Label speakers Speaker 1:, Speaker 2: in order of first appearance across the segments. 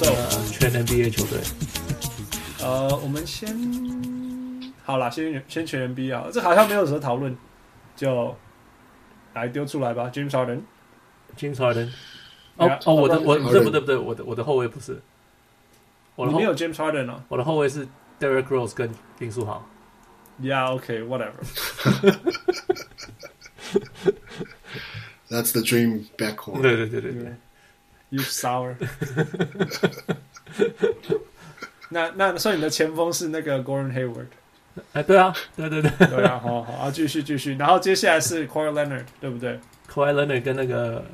Speaker 1: So，
Speaker 2: 呃全 NBA 球队。
Speaker 1: 呃，我们先好啦，先先全 NBA 啊，这好像没有什么讨论，就来丢出来吧，James Harden。
Speaker 2: James Harden。哦
Speaker 1: Yeah，
Speaker 2: 哦，我的我
Speaker 1: Harden
Speaker 2: 不对不对不对，我的我的后卫不是，我的
Speaker 1: 你
Speaker 2: 后
Speaker 1: 没有 James Harden 啊
Speaker 2: 我的后卫是 Derek Rose 跟林书豪。
Speaker 1: ？Yeah，OK，whatever、
Speaker 3: That's the dream backcourt.
Speaker 2: 对对对对对
Speaker 1: You sour 那。那所以你的前锋是那个 Gordon Hayward，
Speaker 2: 哎对啊对对对
Speaker 1: 对啊，好好啊，继续继续，然后接下来是 Corey Leonard，对不对
Speaker 2: k a w i Leonard 跟那个，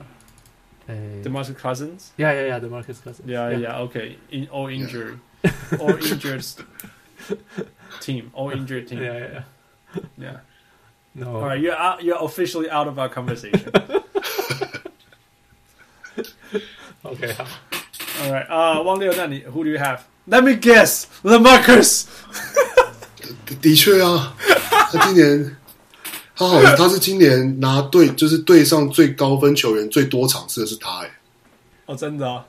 Speaker 2: 哎，
Speaker 1: ？Demarcus Cousins，
Speaker 2: 呀呀呀，Demarcus Cousins。
Speaker 1: Yeah,
Speaker 2: Yeah.
Speaker 1: yeah, okay. In all injury, all injured team, all injured team. Yeah.
Speaker 2: Yeah, yeah, yeah. No.
Speaker 1: All right, you're out, you're officially out of our conversation.
Speaker 2: OK，好。
Speaker 1: all right. Uh, Wang Liu, Nani, who do you have? Let me guess. The Marcus.
Speaker 3: 的的确啊，他今年 他好像他是今年拿队就是队上最高分球员最多场次的是他哎、
Speaker 1: Oh, 真的啊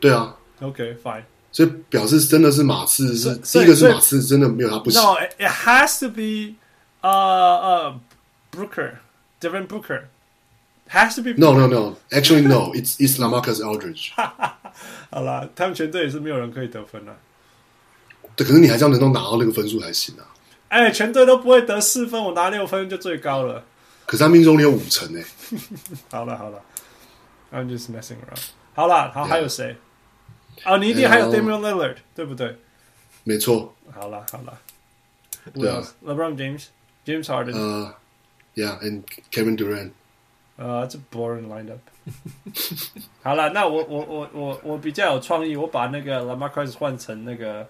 Speaker 1: ？Okay,
Speaker 3: 对啊，
Speaker 1: fine.
Speaker 3: 所以表示真的是马刺是第
Speaker 1: 所以
Speaker 3: 一个
Speaker 1: 所
Speaker 3: 是
Speaker 1: 以
Speaker 3: 马刺真的没有他不行，
Speaker 1: No, it, it has to be uh uh Brooker, Devin Brooker. Has to be
Speaker 3: No, no, no. Actually, no. It's it's Lamarcus Aldridge.
Speaker 1: 好啦，他们全队也是没有人可以得分了。
Speaker 3: 对，可是你还是要能够拿到那个分数才行啊。
Speaker 1: 哎，全队都不会得四分，我拿六分就最高了。
Speaker 3: 可是他命中率有五成欸诶、
Speaker 1: 好了好了，I'm just messing around。好了，好，还有谁？哦，你一定还有
Speaker 3: 嗯
Speaker 1: Damian Lillard，对不对？
Speaker 3: 没错，
Speaker 1: 好了好了
Speaker 3: 对啊
Speaker 1: ，LeBron James、James Harden，
Speaker 3: 呃，Yeah，and Kevin Durant，
Speaker 1: 呃，这 Uh, boring lineup。好了，那我我我我我比较有创意，我把那个 LaMarcus 换成那个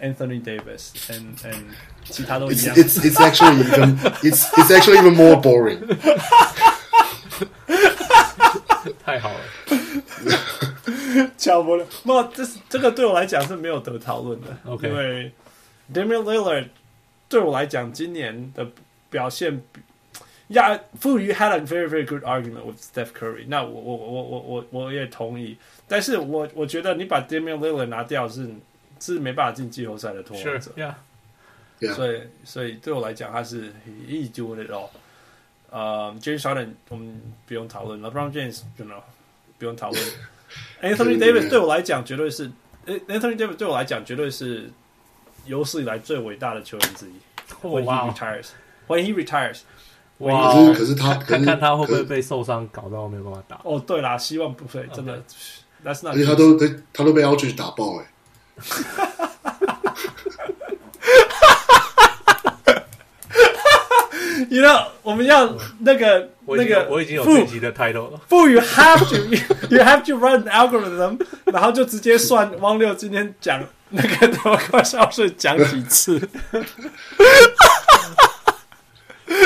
Speaker 1: Anthony Davis，and and 其他都一
Speaker 3: it's
Speaker 1: 样。
Speaker 3: it's it's actually even it's it's actually even more boring。
Speaker 2: 太好了，
Speaker 1: 乔伯，那这是这个对我来讲是没有得讨论的。
Speaker 2: OK
Speaker 1: 因为 Damian Lillard 对我来讲今年的表现比，Yeah，富余 had a very very good argument with Steph Curry。那我我我我我我也同意，但是我我觉得你把 Damian Lillard 拿掉是是没办法进季后赛的拓
Speaker 2: 是
Speaker 1: 荒者。
Speaker 2: 呀，
Speaker 3: Yeah，
Speaker 1: 所以所以对我来讲，他是 he doing it all。呃、j a m e s Harden 我们不用讨论，LeBron James，you know，不用 讨论。Anthony Davis 对我来讲绝对是呃，Anthony Davis 对我来讲绝对是有史以来最伟大的球员之一。
Speaker 2: 哦
Speaker 1: When
Speaker 2: 哇
Speaker 1: he retires，When he retires，
Speaker 2: 哇
Speaker 3: 可是可是他可
Speaker 2: 哦看
Speaker 3: 是
Speaker 2: 看他会不会
Speaker 3: 可是
Speaker 2: 被受伤搞到没有办法打。
Speaker 1: 哦，对啦，希望不会，真的。That's not
Speaker 3: 而且他都他他都被 Aldridge 打爆诶、哎
Speaker 1: you know，我们要那个
Speaker 2: 我已
Speaker 1: 那
Speaker 2: 经有
Speaker 1: 个
Speaker 2: 我已经有
Speaker 1: 负
Speaker 2: 自己的 title 了。
Speaker 1: 不，you have to you have to run an algorithm，然后就直接算汪六今天讲那个德国孝顺讲几次，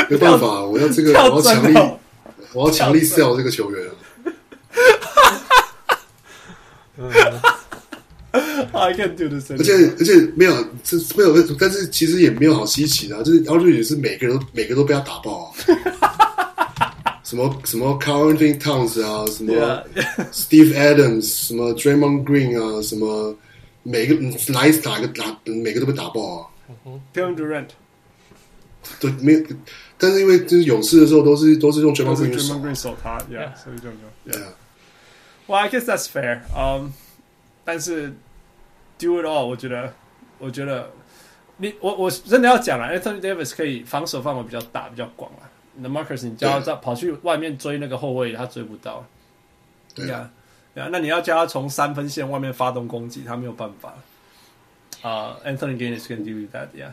Speaker 3: 没办法，我要 这个我
Speaker 1: 跳
Speaker 3: 要强
Speaker 1: 针
Speaker 3: 力
Speaker 1: 哦。
Speaker 3: 我要强力 sell 这个球员啊。
Speaker 1: I can do this，
Speaker 3: 而且而且没有，这没有，但是其实也没有好稀奇的、啊，就是 Aldridge 也是每个人都每个都被他打爆啊。 什么什么 c a r l t o n Towns 啊，什么 Steve Adams，什么 Draymond Green 啊，什么每个来打个打，每个都被打爆啊。
Speaker 1: Kevin Durant，
Speaker 3: 对，没有，但是因为就是勇士的时候都是都是用
Speaker 1: 都
Speaker 3: Draymond
Speaker 1: 是
Speaker 3: Green 手
Speaker 1: Draymond
Speaker 3: 啊
Speaker 1: Green 守他，Yeah，所以就没有。
Speaker 3: 对
Speaker 1: Yeah，
Speaker 3: 啊
Speaker 1: well I guess that's fair，嗯、但是 do it all，我觉得，我觉得你我我真的要讲了，Anthony Davis 可以防守范围比较大，比较广了。那 Marcus，你叫他跑去外面追那个后卫，他追不到。
Speaker 3: 对啊
Speaker 1: 呀呀，那你要叫他从三分线外面发动攻击，他没有办法。啊、a n t h o n y Gaines can do that，yeah。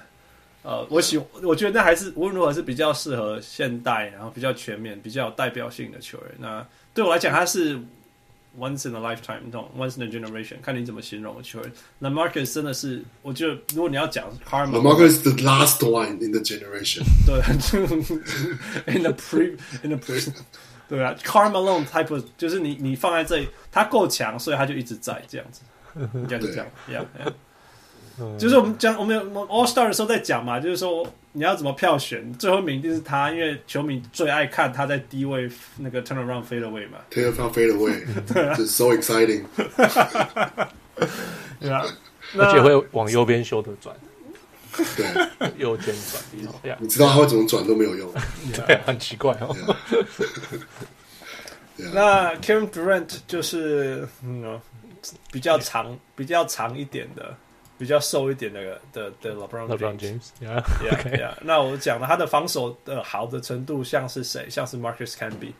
Speaker 1: 呃，我喜，我觉得那还是无论如何是比较适合现代，然后比较全面、比较有代表性的球员。那对我来讲，他是 once in a lifetime，你懂，once in a generation，看你怎么形容的球员。那 Marcus 真的是，我觉得如果你要讲 Karma，
Speaker 3: ，LaMarcus the last one in the generation。
Speaker 1: 对 ，in the pre in the pre，对啊，Carmelo type of- 就是你你放在这里，他够强，所以他就一直在这样子，应该是这样，yeah, yeah. 就是我们讲我们我们 All Star 的时候在讲嘛，就是说你要怎么票选，最后一名一定是他，因为球迷最爱看他在低位那个 turn around fade away 嘛，
Speaker 3: Taylor found fade away. Just so exciting.
Speaker 1: 对啊吧？
Speaker 2: 而且会往右边修的 转，
Speaker 3: 对，
Speaker 2: 右肩转这种，对啊
Speaker 3: 你知道他会怎么转都没有用。
Speaker 2: 对啊，很奇怪哦。
Speaker 3: 对啊，
Speaker 1: 那 Kevin Durant 就是嗯比较长、比较长一点的、比较瘦一点的的的 LeBron James
Speaker 2: LeBron James，yeah，
Speaker 1: Yeah, yeah. 那我讲了，他的防守的好的程度像是谁？像是 Marcus Camby。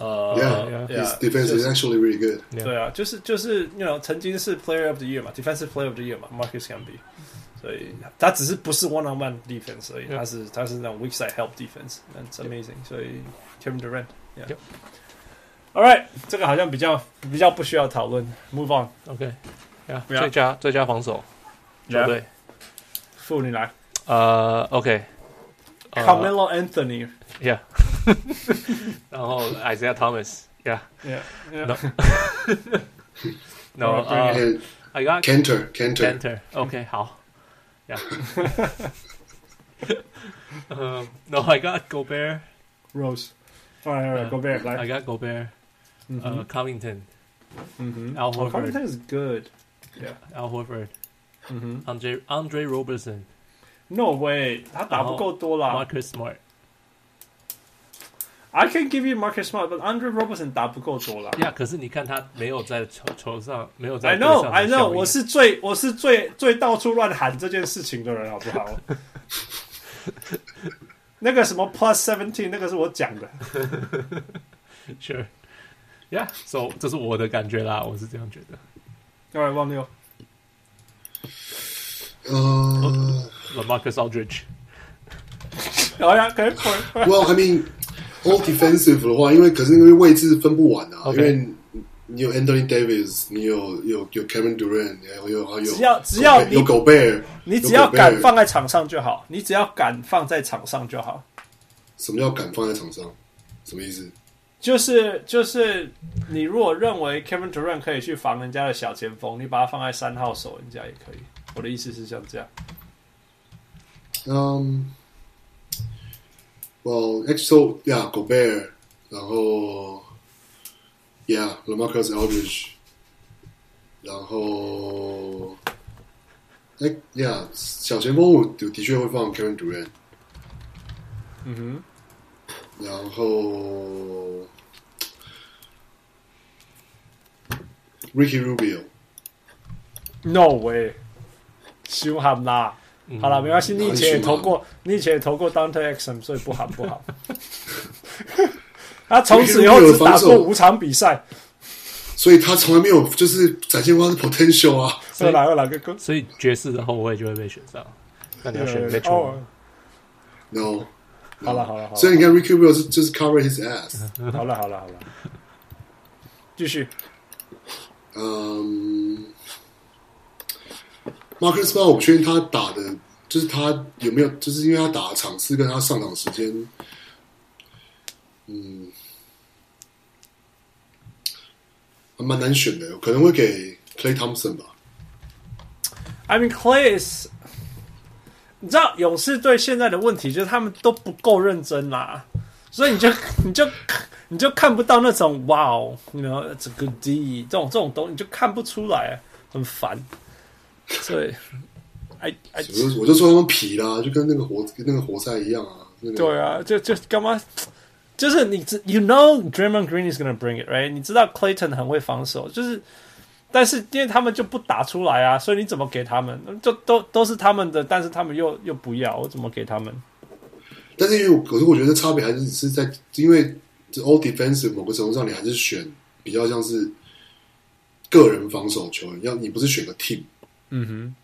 Speaker 1: 呃
Speaker 3: Yeah,
Speaker 2: yeah.
Speaker 3: his
Speaker 1: yeah,
Speaker 3: defense
Speaker 1: 就
Speaker 3: is
Speaker 1: 是
Speaker 3: actually really good.
Speaker 1: 对啊，就是就是，you know，曾经是 Player of the Year 嘛，Defensive Player of the Year 嘛，Marcus Camby。所以他只是不是 one on one defense，所以
Speaker 2: Yeah.
Speaker 1: 他是他是那种 weak side help defense，that's amazing。所以 Kevin Durant，yeah
Speaker 2: Yep.。
Speaker 1: All right，这个好像比较比较不需要讨论，move on。
Speaker 2: OK，呀，
Speaker 1: Yeah
Speaker 2: 最佳最佳防守球队，
Speaker 1: 傅你来
Speaker 2: 呃，OK，呃
Speaker 1: ，Carmelo Anthony，yeah，
Speaker 2: Uh, ，Yeah，然后 Isaiah Thomas，Yeah，no，
Speaker 1: Uh,
Speaker 2: 呃
Speaker 3: And
Speaker 2: ，I got
Speaker 3: Cantor, Cantor.
Speaker 2: Cantor，OK，好，Yeah，呃，No，I Um, got Gobert，I
Speaker 1: Rose。All right, all right, go back. 来
Speaker 2: got Gobert，呃 Uh,
Speaker 1: 嗯
Speaker 2: ，Covington，Al
Speaker 1: 嗯
Speaker 2: Horford
Speaker 1: Oh, Covington is good. Yeah.
Speaker 2: Horford，Andre
Speaker 1: 嗯哼
Speaker 2: Andre Robertson，Marcus
Speaker 1: No way，他打不够多啦。
Speaker 2: Smart。
Speaker 1: I can give you Marcus Smart，but Andre Robertson 打不够多啦。
Speaker 2: 呀可是你看他没有在球球上，没有 在
Speaker 1: I
Speaker 2: 队上
Speaker 1: know,
Speaker 2: 的
Speaker 1: I
Speaker 2: 效
Speaker 1: know，
Speaker 2: 应
Speaker 1: 我是最我是最最到处乱喊这件事情的人，好不 好？那个什么 Plus Seventeen，那个是我讲的。
Speaker 2: sure。Yeah，so 这是我的感觉啦，我是这样觉得。
Speaker 1: All right，忘六
Speaker 3: Uh,
Speaker 2: Lamarcus Aldridge，
Speaker 1: 好呀，可以 point。
Speaker 3: well, I mean, all defensive 的话，因为可是因为位置分不完啊
Speaker 2: Okay.
Speaker 3: 因为你有 Anthony Davis，你有有有 Kevin Durant，有有还有
Speaker 1: 只要-只要
Speaker 3: 有
Speaker 1: 你-
Speaker 3: Gobert，
Speaker 1: 你只要敢
Speaker 3: Gobert
Speaker 1: 放在场上就好，你只要敢放在场上就好。
Speaker 3: 什么叫敢放在场上？什么意思？
Speaker 1: 就是就是，你如果认为 Kevin Durant 可以去防人家的小前锋，你把他放在三号守人家也可以。我的意思是像这样。
Speaker 3: Um, well, actually, so yeah, Gobert, 然后 yeah, Lamarcus Aldridge, 然后 like yeah, 小前锋我的确会放 Kevin Durant,
Speaker 1: 嗯哼，
Speaker 3: 然后 Ricky Rubio,
Speaker 1: No way，修喊啦！好了，没关系，你以前也投过，你以前也投过 Dante Exum，所以不喊不好。他从此以后只打过五场比赛。
Speaker 3: 所以他从来没有就是展现过他的 potential 啊。
Speaker 1: 又来又来个歌。
Speaker 2: 所以爵士的后卫就会被选上。那你要选 Mitchell，
Speaker 1: 哦
Speaker 2: 吗，
Speaker 3: No，
Speaker 1: 好了好了好了
Speaker 3: 所以你看 Ricky Rubio 是就是 cover his ass。
Speaker 1: 好了好了好了，继续。
Speaker 3: 嗯，Marcus Smart，我不确定他打的，就是他有没有，就是因为他打的场次跟他上场时间，嗯，还蛮难选的，可能会给 Clay Thompson 吧。
Speaker 1: I mean Clay is，你知道勇士队现在的问题就是他们都不够认真啦，所以你就你就你就看不到那种哇哦，你 you know it's a good D 这种这种东西你就看不出来，很烦。所以，I I
Speaker 3: 我就我就说他们皮啦，就跟那个活那个活塞一样啊。那个
Speaker 1: 对啊，就就干嘛？就是你知，you know Draymond Green is gonna bring it，right？你知道 Clayton 很会防守，就是，但是因为他们就不打出来啊，所以你怎么给他们？就都都是他们的，但是他们又又不要，我怎么给他们？
Speaker 3: 但是因为我可是我觉得差别还是是在，因为这 all defensive 某个程度上你还是选比较像是个人防守球员，要你不是选个 team。嗯哼，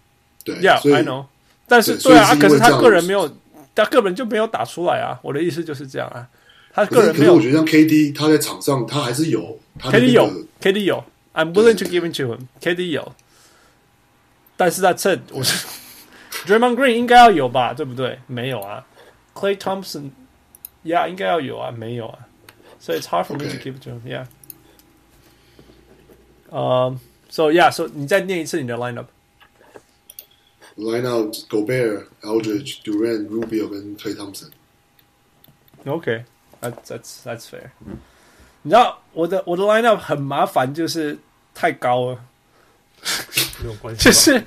Speaker 3: 对所以
Speaker 1: Yeah，I know。但是
Speaker 3: 对
Speaker 1: 对啊，
Speaker 3: 所以是
Speaker 1: 可
Speaker 3: 因为
Speaker 1: 是
Speaker 3: 这
Speaker 1: 他
Speaker 3: 样
Speaker 1: 个人没有，他个人就没有打出来啊。我的意思就是这样啊，他
Speaker 3: 可
Speaker 1: 个
Speaker 3: 是
Speaker 1: 人
Speaker 3: 可
Speaker 1: 没
Speaker 3: 是我
Speaker 1: 有
Speaker 3: 觉得像 KD 他在场上他还是有他的
Speaker 1: ，KD
Speaker 3: 那
Speaker 1: 有
Speaker 3: 个，
Speaker 1: ，KD 有，I'm willing to give it to him，KD 有。但是在这，我是 Draymond Green 应该要有吧，对不对？没有啊，Clay Thompson，yeah 应该要有啊，没有啊，所以 it's hard for me to
Speaker 3: OK
Speaker 1: give it to him，yeah。呃，so yeah，so 你再念一次你的 lineup。
Speaker 3: line out Gobert、Aldridge、Durant、Rubio 跟 Clay Thompson。
Speaker 1: OK，that's that's that's fair。你知道我的我的 lineup 很麻烦，就是太高了，
Speaker 2: 没有关系 吧。
Speaker 1: 就是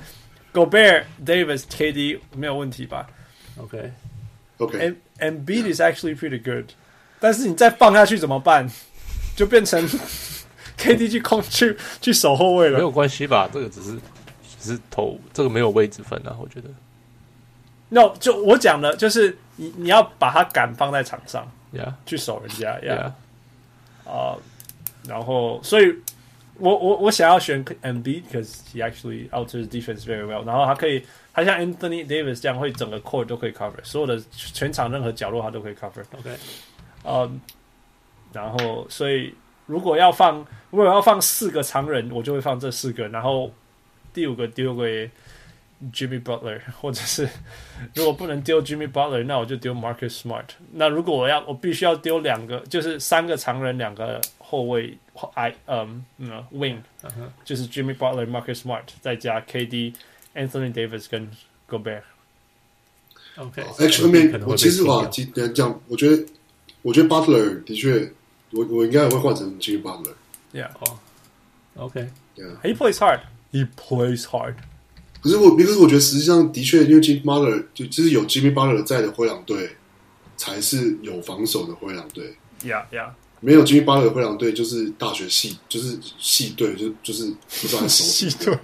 Speaker 1: Gobert、Davis、KD 没有问题吧
Speaker 2: OK，
Speaker 3: OK，
Speaker 1: ？And and b e a is actually pretty good，但是你再放下去怎么办？就变成 KD 去控去去守后卫
Speaker 2: 没
Speaker 1: 了。
Speaker 2: 有关系吧？这个只是只是投，这个没有位置分啊，我觉得。
Speaker 1: No，就我讲的，就是你你要把他敢放在场上
Speaker 2: Yeah,
Speaker 1: 去守人家 y
Speaker 2: yeah.
Speaker 1: 啊、然后所以我我我想要选 MB because he actually alters defense very well，然后他可以他像 Anthony Davis 这样会整个 court 都可以 cover，所有的全场任何角落他都可以 cover，
Speaker 2: OK，
Speaker 1: 呃，然后所以如果要放如果要放四个常人，我就会放这四个，然后第五个丢给 Jimmy Butler，或者是如果不能丢 Jimmy Butler，那我就丢 Marcus Smart。那如果我要我必须要丢两个，就是三个常人，两个后卫后，I 嗯嗯 wing，
Speaker 2: 嗯哼
Speaker 1: 就是 Jimmy Butler、Marcus Smart，再加 KD、Anthony Davis 跟 Gobert。
Speaker 2: ，OK。
Speaker 3: H 后面我其实哇，其实讲，我觉得我觉得 Butler 的确，我我应该也会换成 Jimmy Butler。
Speaker 1: Yeah,
Speaker 2: 哦，OK，
Speaker 1: he plays hard. He plays hard.
Speaker 3: 可是我，可是我觉得实际上的确，因为 Jimmy Butler 就就是有 Jimmy Butler 在的灰狼队，才是有防守的灰狼队。
Speaker 1: Yeah, yeah.
Speaker 3: 没有 Jimmy Butler 的灰狼队就是大学系，就是系队，就就是不知道 在守什么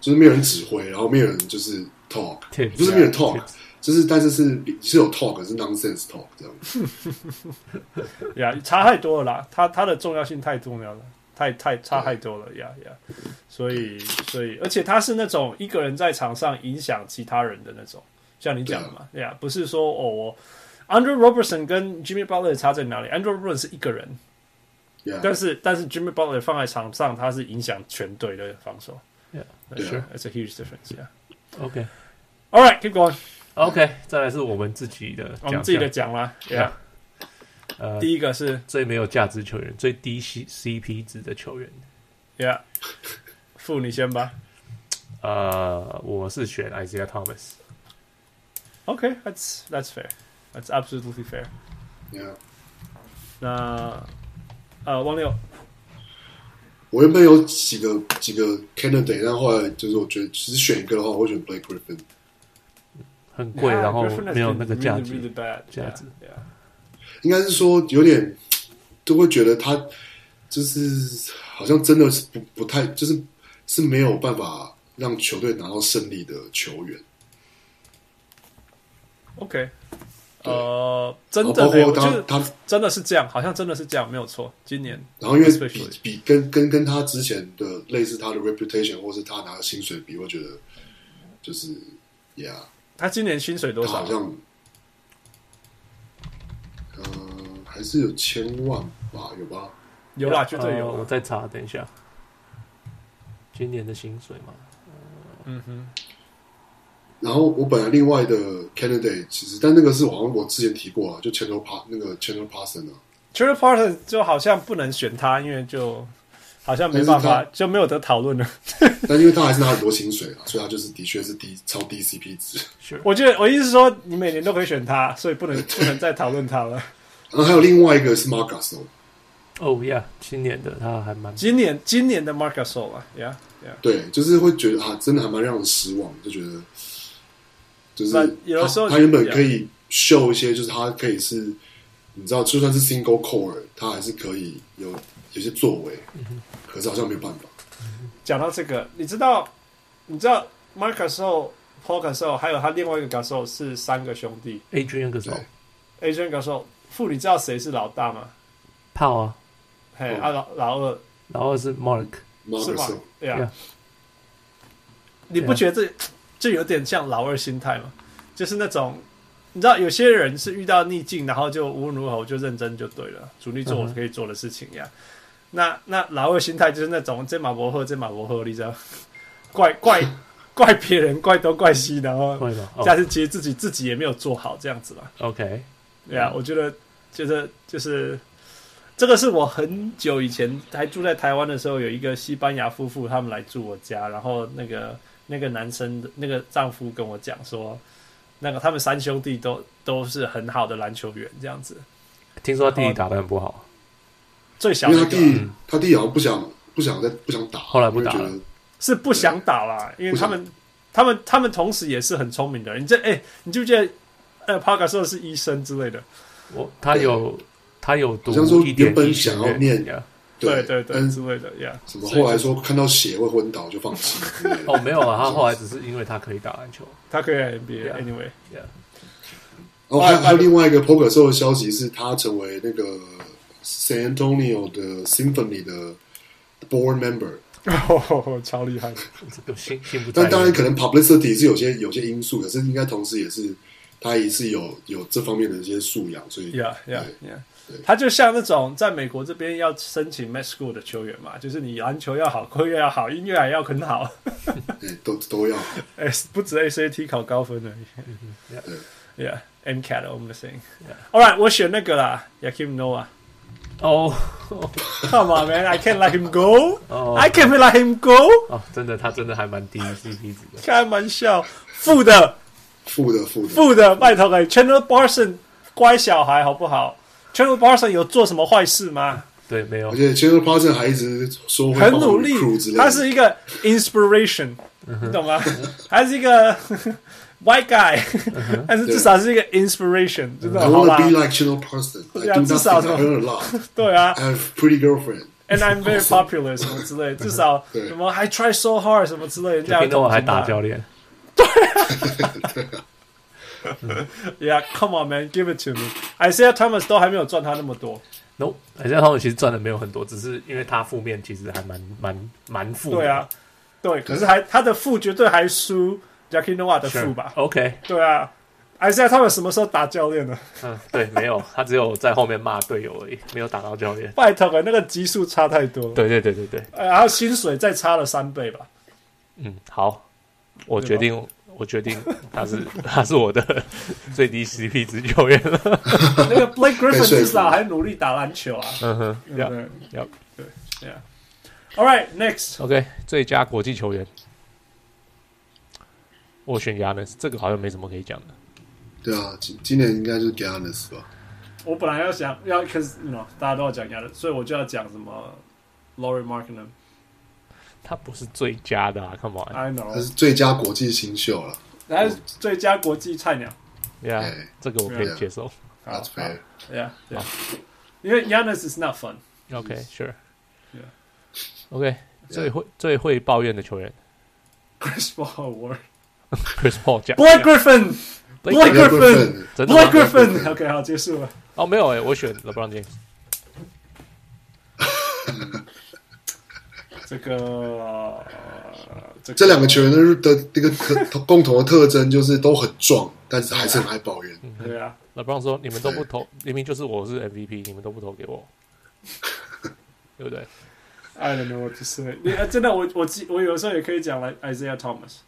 Speaker 3: 就是没有人指挥，然后没有人就是 talk，
Speaker 2: Tips
Speaker 3: 不是没有人 talk，
Speaker 2: Tips
Speaker 3: 就是但是是是有 talk，是 nonsense talk 这样子。
Speaker 1: 呀、差太多了啦，它它的重要性太重要了，太太差太多了呀呀所以所以，而且他是那种一个人在场上影响其他人的那种，像你讲的嘛，呀、不是说哦我 Andrew Robertson 跟 Jimmy Butler 的差在哪里？Andrew Robertson 是一个人，
Speaker 3: Yeah，
Speaker 1: 但是但是 Jimmy Butler 放在场上，他是影响全队的防守
Speaker 2: Yeah，
Speaker 1: 对
Speaker 3: sure
Speaker 1: ，That's a huge difference。Yeah。
Speaker 2: OK。
Speaker 1: All right, keep going。
Speaker 2: OK，再来是我们自己的奖项，
Speaker 1: 我们自己的讲啦。Yeah，
Speaker 2: 呃
Speaker 1: 第一个是
Speaker 2: 最没有价值球员，最低 C CP 值的球员。
Speaker 1: Yeah，付你先吧。
Speaker 2: 呃，我是选 Isaiah Thomas。
Speaker 1: Okay, that's that's fair. That's absolutely fair.
Speaker 3: yeah.
Speaker 1: 那呃，王 六
Speaker 3: 我原本有几个几个 candidate，但后来就是我觉得只选一个的话，我会选 Blake Griffin。
Speaker 2: 很贵，然后
Speaker 1: Griffin has
Speaker 2: 没有那个
Speaker 1: been
Speaker 2: 价
Speaker 1: really,
Speaker 2: 值
Speaker 1: really。bad.
Speaker 2: 价值
Speaker 1: Yeah,
Speaker 3: 应该是说有点都会觉得他就是好像真的是不不太就是是没有办法让球队拿到胜利的球员。
Speaker 1: yeah. OK，呃，真
Speaker 3: 然后
Speaker 1: 的、
Speaker 3: 包
Speaker 1: 欸，
Speaker 3: 括
Speaker 1: 我
Speaker 3: 他
Speaker 1: 觉得
Speaker 3: 他，
Speaker 1: 真的是这样，好像真的是这样，没有错。今年
Speaker 3: 然后因为
Speaker 1: especially
Speaker 3: 比比跟跟跟他之前的类似他的 reputation 或是他拿的薪水比，我觉得就是，yeah，
Speaker 1: 他今年薪水多
Speaker 3: 他
Speaker 1: 少
Speaker 3: 好？像呃还是有千万吧，有吧？
Speaker 1: 有啦，绝对
Speaker 2: 呃
Speaker 1: 有
Speaker 3: 啊
Speaker 2: 我
Speaker 1: 啦。
Speaker 2: 再查，等一下。今年的薪水嘛，
Speaker 1: 嗯哼，
Speaker 3: 然后我本来另外的 candidate 其实，但那个是好像我之前提过啊，就 Chandler Pa 那个 Chandler Parson 啊，
Speaker 1: t r i p p a r t o n 就好像不能选他，因为就好像没办
Speaker 3: 但
Speaker 1: 法
Speaker 3: 是，
Speaker 1: 就没有得讨论了。
Speaker 3: 但因为他还是拿很多薪水啊，所以他就是的确是低超低 CP 值。
Speaker 2: 是
Speaker 1: 我觉得我意思是说，你每年都可以选他，所以不能不能再讨论他了。
Speaker 3: 然后还有另外一个是 Marcus 哦，
Speaker 2: 哦呀，今年的他还蛮
Speaker 1: 今年今年的 Marcus Sol 啊，Yeah Yeah。
Speaker 3: 对，就是会觉得啊，真的还蛮让人失望，就觉得就是
Speaker 1: 那
Speaker 3: 他
Speaker 1: 有的时候
Speaker 3: 他原本可以秀一些，就是他可以是，你知道，就算是 single core，他还是可以有有些作为，可是好像没有办法。
Speaker 1: 讲到这个，你知道，你知道 Marcus o Paul Gasol 还有他另外一个 Gasol 是三个兄弟
Speaker 2: Adrian 歌手
Speaker 3: 对
Speaker 1: ，Adrian Gasol。父女知道谁是老大吗？
Speaker 2: 炮啊，
Speaker 1: 嘿，
Speaker 3: 嗯
Speaker 1: 啊老老二
Speaker 2: 然后是 Mark，
Speaker 1: 是吗
Speaker 3: Marcus 哦
Speaker 1: 对呀
Speaker 2: Yeah，
Speaker 1: 你不觉得这这有点像老二心态吗？就是那种，你知道有些人是遇到逆境，然后就无论如何我就认真就对了，主力做我
Speaker 2: 嗯哼
Speaker 1: 可以做的事情呀。那那老二心态就是那种这马伯赫这马伯赫，你知道，怪怪怪别人，怪东怪西，然后
Speaker 2: 会吗
Speaker 1: 但
Speaker 2: 哦
Speaker 1: 是其实自己自己也没有做好这样子吧。
Speaker 2: ？OK，
Speaker 1: 对啊，我觉得觉得就是这个是我很久以前还住在台湾的时候，有一个西班牙夫妇他们来住我家，然后那个那个男生的那个丈夫跟我讲说，那个他们三兄弟都都是很好的篮球员，这样子。
Speaker 2: 听说他弟弟打的很不好，
Speaker 1: 最小
Speaker 3: 因为
Speaker 1: 那
Speaker 3: 他
Speaker 1: 个
Speaker 3: 弟他弟好像不想不想再不想打，
Speaker 2: 后来不打
Speaker 3: 我就觉
Speaker 2: 了
Speaker 3: 得
Speaker 1: 是不想打啦，因为他们他们他们同时也是很聪明的人。你这哎、你记不记得呃帕卡说的是医生之类的？
Speaker 2: 我他有他有读
Speaker 3: 好像说
Speaker 2: 一点
Speaker 3: 原本
Speaker 2: 医学
Speaker 3: 想要
Speaker 2: 院
Speaker 3: 念
Speaker 2: 的
Speaker 1: 对嗯对对
Speaker 3: 但
Speaker 1: 之类的呀。
Speaker 3: 什么后来说看到血会昏倒就放弃，对不对
Speaker 2: 哦，没有啊，他后来只是因为他可以打篮球。
Speaker 1: 他可以 NBA
Speaker 2: Yeah
Speaker 1: anyway，
Speaker 2: Yeah.
Speaker 3: 然后还有还有另外一个 Poker 收的消息是，他成为那个 San Antonio 的 Symphony 的 Board Member。
Speaker 1: 哦，超厉害的。
Speaker 2: 这个心心不在
Speaker 3: 但
Speaker 2: 焉。
Speaker 3: 当然，可能 publicity 是有些有些因素，可是应该同时也是他也是有有这方面的一些素养，所以
Speaker 1: Yeah, yeah,
Speaker 3: 对
Speaker 1: yeah.
Speaker 3: 对
Speaker 1: 他就像那种在美国这边要申请 med school 的球员嘛，就是你篮球要好，科学要好，音乐还要很好，
Speaker 3: 哎都都要
Speaker 1: 哎，不止 ACT 考高分而
Speaker 3: 对。
Speaker 1: 已。Yeah, MCAT 我们的 thing。All right，我选那个啦，Yakim Noah。
Speaker 2: 哦 哦
Speaker 1: Come on, man, I can't let him go.
Speaker 2: 哦
Speaker 1: I can't let him go.
Speaker 2: 哦，真的，他真的还蛮低 CP 值的。
Speaker 1: 开玩笑，负的
Speaker 3: 负的负的，
Speaker 1: 负的，拜托哎，Chandler Barson 乖小孩好不好？Chandler Barson 有做什么坏事吗？
Speaker 2: 对，没有
Speaker 3: 而，且 Chandler Parson 还一直说会
Speaker 1: 很
Speaker 3: 帮忙
Speaker 1: 努力
Speaker 3: recruit 之类，的
Speaker 1: 他是一个 inspiration，你懂吗？他是一个 white guy，但是至少是一个 inspiration，真的
Speaker 3: I
Speaker 1: 好
Speaker 3: want
Speaker 1: 啦
Speaker 3: to，be like Chandler Parson. I
Speaker 1: 对啊
Speaker 3: do
Speaker 1: 至少
Speaker 3: nothing. I earn a lot.
Speaker 1: 对啊
Speaker 3: I have pretty girlfriend.
Speaker 1: ，and I'm very popular 什么之类，至少
Speaker 3: 对
Speaker 1: 什么 I try so hard 什么之类，人家
Speaker 2: 听到我还打
Speaker 1: 掉
Speaker 2: 教练。
Speaker 1: ，Yeah，come on man，give it to me，Isaiah Thomas 都还没有赚他那么多，
Speaker 2: No，好像他们其实赚的没有很多，只是因为他负面其实还蛮蛮蛮负的。
Speaker 1: 对啊，对，可是还他的负绝对还输 Jackie Noah 的负吧？
Speaker 2: ，OK，
Speaker 1: 对啊，Isaiah Thomas 什么时候打教练呢？
Speaker 2: 嗯，对，没有，他只有在后面骂队友而已，没有打到教练。
Speaker 1: 拜托了，那个级数差太多了。
Speaker 2: 对对对对对，
Speaker 1: 呃，然后薪水再差了三倍吧。
Speaker 2: 嗯，好，我决定，我决定他是他是我的 最低 CP 值球员了。
Speaker 1: 那 个 Blake
Speaker 3: 被
Speaker 1: Griffin
Speaker 3: 说服
Speaker 1: 至少还努力打篮球啊，
Speaker 2: 嗯哼，
Speaker 1: 对不
Speaker 2: 要
Speaker 1: 对
Speaker 2: 要
Speaker 1: ？Yeah. All right, next.
Speaker 2: OK，最佳国际球员，我选 Yanis，这个好像没什么可以讲的。
Speaker 3: 对啊，今今年应该就是 g a n n e s 吧。
Speaker 1: 我本来要想要，cause you know 大家都要讲亚的，所以我就要讲什么 Laurie Markkinen。
Speaker 2: 他不是最佳的啊，Come on，
Speaker 1: I
Speaker 3: 他
Speaker 1: know，
Speaker 3: 是最佳国际新秀了。
Speaker 1: 然后最佳国际菜鸟。
Speaker 2: 对啊
Speaker 3: 对，
Speaker 2: 这个我可以
Speaker 1: 对
Speaker 3: 啊
Speaker 2: 接受。
Speaker 1: 好
Speaker 3: That's fair.
Speaker 1: Yeah, yeah. 因为 Yanis is not fun.
Speaker 2: OK，Sure，OK，
Speaker 1: Yeah.、
Speaker 2: 最会最会抱怨的球员
Speaker 1: Chris Paul Award.
Speaker 2: Chris Paul 讲 哎
Speaker 1: Blake Griffin. Blake
Speaker 3: Blake
Speaker 1: Griffin.
Speaker 3: Griffin
Speaker 2: 真的
Speaker 1: Blake
Speaker 2: 吗？
Speaker 1: Griffin. OK，好，结束了。
Speaker 2: 哦，没有诶，我选 LeBron James。
Speaker 1: 这个这个
Speaker 3: 这两个球员的的那个特共同的特征就是都很壮，但是还是很爱抱怨。
Speaker 1: 对啊，
Speaker 2: LeBron 说：“你们都不投，明明就是我是 MVP，你们都不投给我， 对不对
Speaker 1: I don't know what to say 你。呃真的，我我记我有时候也可以讲来 Isaiah Thomas，？”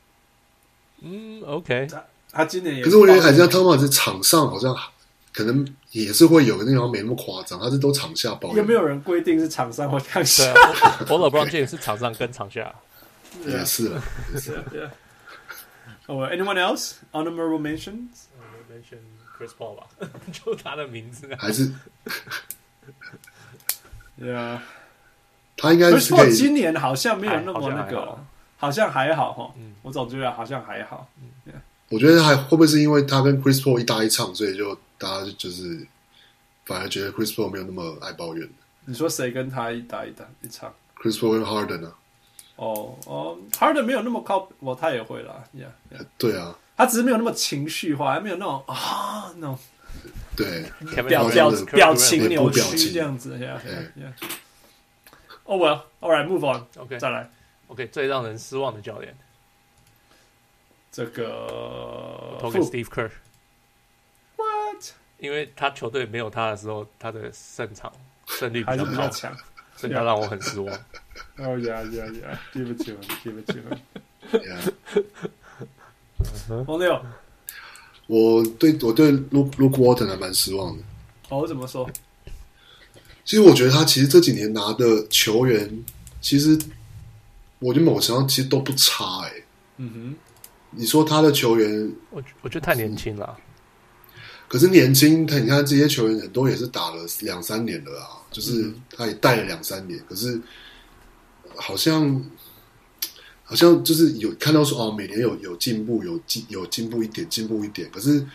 Speaker 2: 嗯，OK，
Speaker 1: 他今年也
Speaker 3: 可是我觉得海像汤马斯场上好像可能也是会有，那好像没那么夸张，他是都场下抱怨。
Speaker 1: 有没有人规定是厂商或看
Speaker 2: 对
Speaker 1: 下
Speaker 2: 啊？，我我 LeBron James 是场上跟场下。
Speaker 3: 也是啊了，
Speaker 1: Yeah. Or Oh, anyone else honorable mentions？
Speaker 2: mention Chris Paul 吧， 就他的名字啊。
Speaker 3: 还是
Speaker 1: Yeah，
Speaker 3: 他应该
Speaker 1: 可
Speaker 3: 是
Speaker 1: 是
Speaker 3: 可
Speaker 1: 我
Speaker 3: 以
Speaker 1: 今年好像没有那么那
Speaker 2: 哎好像还
Speaker 1: 个好像还
Speaker 2: 好，
Speaker 1: 好哈
Speaker 2: 嗯。
Speaker 1: 我总觉得好像还好。
Speaker 3: 我觉得还会不会是因为他跟 Chris Paul 一搭一唱，所以就大家就是反而觉得 Chris Paul 没有那么爱抱怨
Speaker 1: 你说谁跟他一打一打一场？
Speaker 3: ，Chris Paul 跟 Harden 啊，
Speaker 1: 哦哦，Harden 没有那么靠，我他也会啦。Yeah，, yeah.
Speaker 3: 对啊，
Speaker 1: 他只是没有那么情绪化，还没有那种啊那种
Speaker 3: 对，
Speaker 1: 表
Speaker 3: Durant
Speaker 1: 表
Speaker 3: 的
Speaker 1: 表情
Speaker 3: 对
Speaker 1: 扭
Speaker 3: 不表
Speaker 1: 曲
Speaker 3: 情
Speaker 1: 这样子，Yeah Yeah。Oh well, all right, move on，
Speaker 2: OK
Speaker 1: 再来
Speaker 2: OK，最让人失望的教练，
Speaker 1: 这个
Speaker 2: 投给 Steve Kerr，
Speaker 1: What
Speaker 2: 因为他球队没有他的时候，他的胜场胜率
Speaker 1: 还
Speaker 2: 比
Speaker 1: 是
Speaker 2: 较
Speaker 1: 比较
Speaker 2: 高，
Speaker 1: 强。
Speaker 2: 所以他让我很失望。
Speaker 1: Oh yeah, yeah, yeah. Give it to him, give it to him.
Speaker 3: ，yeah
Speaker 1: 王六，
Speaker 3: 我对我对 Luke Luke Walton 还蛮失望的。
Speaker 1: 哦，怎么说？
Speaker 3: 其实我觉得他其实这几年拿的球员，其实我觉得某程度上其实都不差哎、
Speaker 1: 嗯
Speaker 3: 你说他的球员，
Speaker 2: 我觉我觉得太年轻了，
Speaker 3: 可是年轻，他你看这些球员很多也是打了两三年了啊，就是他也带了两三年，可是好像好像就是有看到说哦，每年有有进步，有进有进步一点，进步一点，可是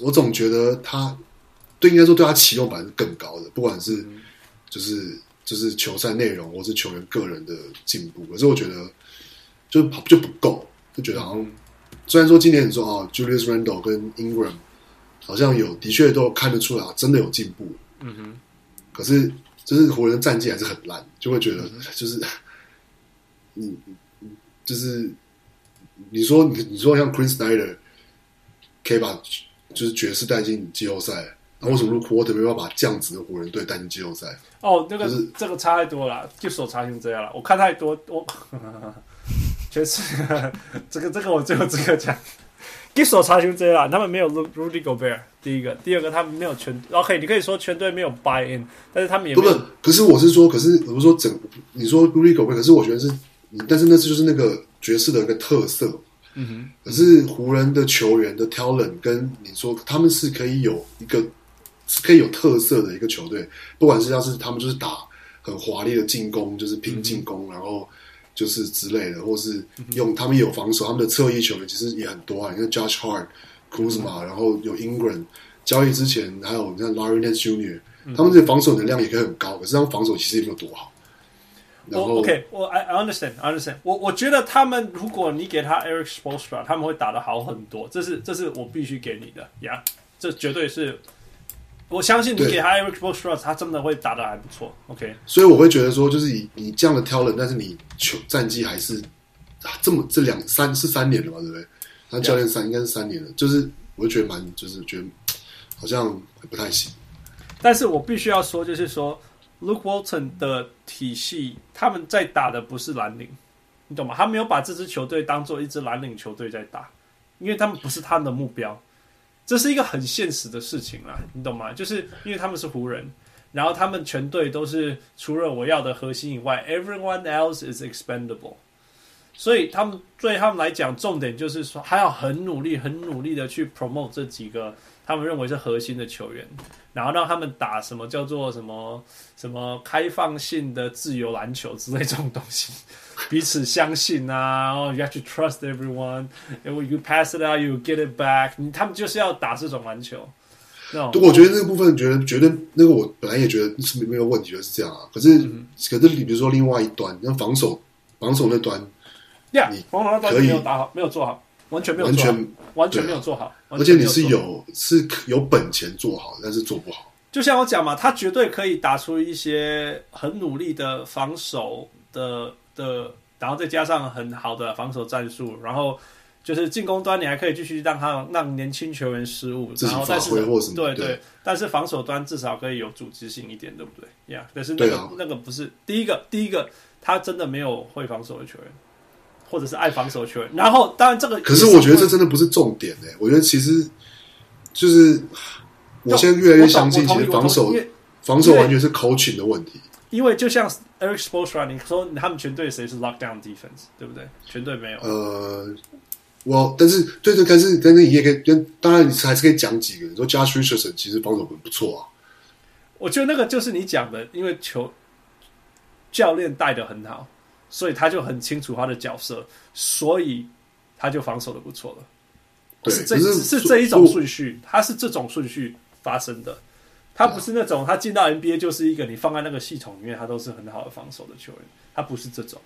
Speaker 3: 我总觉得他对应该说对他期望本来是更高的，不管是就是就是球赛内容或是球员个人的进步，可是我觉得就跑就不够，就觉得好像虽然说今年你说哦，Julius Randle 跟 Ingram 好像有的确都看得出来，真的有进步，
Speaker 1: 哼，嗯哼，
Speaker 3: 可是就是湖人的战绩还是很烂，就会觉得就是、 你你就是你说你你说像 Chris Snyder 可以把就是爵士带进季后赛，那为什么 Luke Walton 没办法把这样子的湖人队带进季后赛？
Speaker 1: 哦，那个
Speaker 3: 就是
Speaker 1: 这个差太多了，就手差成这样了。我看太多，我 确实， 这个这个我最后这个讲。给手查询这样，他们没有 Ru- Rudy Gobert，第一个，第二个他们没有全 OK，你可以说全队没有 buy in，但是他们也
Speaker 3: 不
Speaker 1: 没
Speaker 3: 不
Speaker 1: 有，
Speaker 3: 可是我是说，可是我是说整，你说 Rudy Gobert，可是我觉得是，但是那次就是那个爵士的一个特色。
Speaker 1: 嗯
Speaker 3: 可是湖人的球员的 talent 跟你说，他们是可以有一个是可以有特色的一个球队，不管是像是他们就是打很华丽的进攻，就是拼进攻，然后就是之类的，或是用他们也有防守，他们的侧翼球员其实也很多啊，你看 Josh Hart、Kuzma，然后有 Ingram，交易之前还有你看 Larry Nance Jr，他们这些防守能量也可以很高，可是他们防守其实也没有多好。
Speaker 1: 哼，
Speaker 3: 然
Speaker 1: 我
Speaker 3: 后
Speaker 1: 哦 OK，我 I I understand I understand，我我觉得他们如果你给他 Eric Spoelstra，他们会打得好很多，这是这是我必须给你的呀这绝对是，我相信你
Speaker 3: 对
Speaker 1: 给他 Eric Spoelstra，他真的会打得还不错，OK，
Speaker 3: 所以我会觉得说，就是以你这样的挑人，但是你球战绩还是、啊这么这两三是三年了吧，对不对？那教练三应该是三年了，就是我就觉得蛮，就是觉得好像不太行。
Speaker 1: 但是我必须要说，就是说，Luke Walton 的体系，他们在打的不是蓝领，你懂吗？他没有把这支球队当做一支蓝领球队在打，因为他们不是他们的目标，这是一个很现实的事情啦，你懂吗？就是因为他们是湖人，然后他们全队都是除了我要的核心以外，everyone else is expendable。所以他们对他们来讲，重点就是说，还要很努力、很努力的去 promote 这几个他们认为是核心的球员，然后让他们打什么叫做什么什么开放性的自由篮球之类这种东西，彼此相信啊， 哦，you have to trust everyone，and when you pass it out, you get it back，你他们就是要打这种篮球，那种
Speaker 3: 不过我觉得那个部分，觉得觉得那个我本来也觉得是没有问题的，是这样啊。可
Speaker 1: 嗯
Speaker 3: 是、可是，你比如说另外一端，像防守防守那端，
Speaker 1: 呀
Speaker 3: 你，
Speaker 1: 黄龙那段
Speaker 3: 可以
Speaker 1: 没有打好，没有做好，完全没有
Speaker 3: 完
Speaker 1: 做好
Speaker 3: 全，
Speaker 1: 完全
Speaker 3: 对啊
Speaker 1: 没有做好，完
Speaker 3: 而且
Speaker 1: 全没
Speaker 3: 你是
Speaker 1: 做好
Speaker 3: 有是有本钱做好，但是做不好。
Speaker 1: 就像我讲嘛，他绝对可以打出一些很努力的防守的的，然后再加上很好的防守战术，然后就是进攻端你还可以继续让他让年轻球员失误，
Speaker 3: 自己
Speaker 1: 然后但是
Speaker 3: 发挥或什么
Speaker 1: 对
Speaker 3: 对
Speaker 1: 对，但是防守端至少可以有组织性一点，对不对？呀、但是那
Speaker 3: 对
Speaker 1: 个、
Speaker 3: 啊
Speaker 1: 那个不是第一个，第一个他真的没有会防守的球员，或者是爱防守的球员。然后当然这个，
Speaker 3: 可是我觉得这真的不是重点诶、我觉得其实就是我现在
Speaker 1: 我
Speaker 3: 越来越
Speaker 1: 懂
Speaker 3: 相信，
Speaker 1: 我同
Speaker 3: 其
Speaker 1: 意
Speaker 3: 实防
Speaker 1: 我同
Speaker 3: 守
Speaker 1: 意因为
Speaker 3: 防守完全是 coaching 的问题。
Speaker 1: 因为就像 Eric Spoelstra，你说他们全队谁是 lockdown defense，对不对？全队没有。
Speaker 3: 呃，我但是对对，但是但是你也可以跟，当然你还是可以讲几个。你说 Josh Richardson 其实防守很不错啊，
Speaker 1: 我觉得那个就是你讲的，因为球教练带的很好，所以他就很清楚他的角色，所以他就防守的不错了。
Speaker 3: 对，
Speaker 1: 哦是这
Speaker 3: 可是
Speaker 1: 是这一种
Speaker 3: 我
Speaker 1: 顺序，它是这种顺序发生的。他不是那种他进到 NBA 就是一个你放在那个系统里面，他都是很好的防守的球员，他不是这种。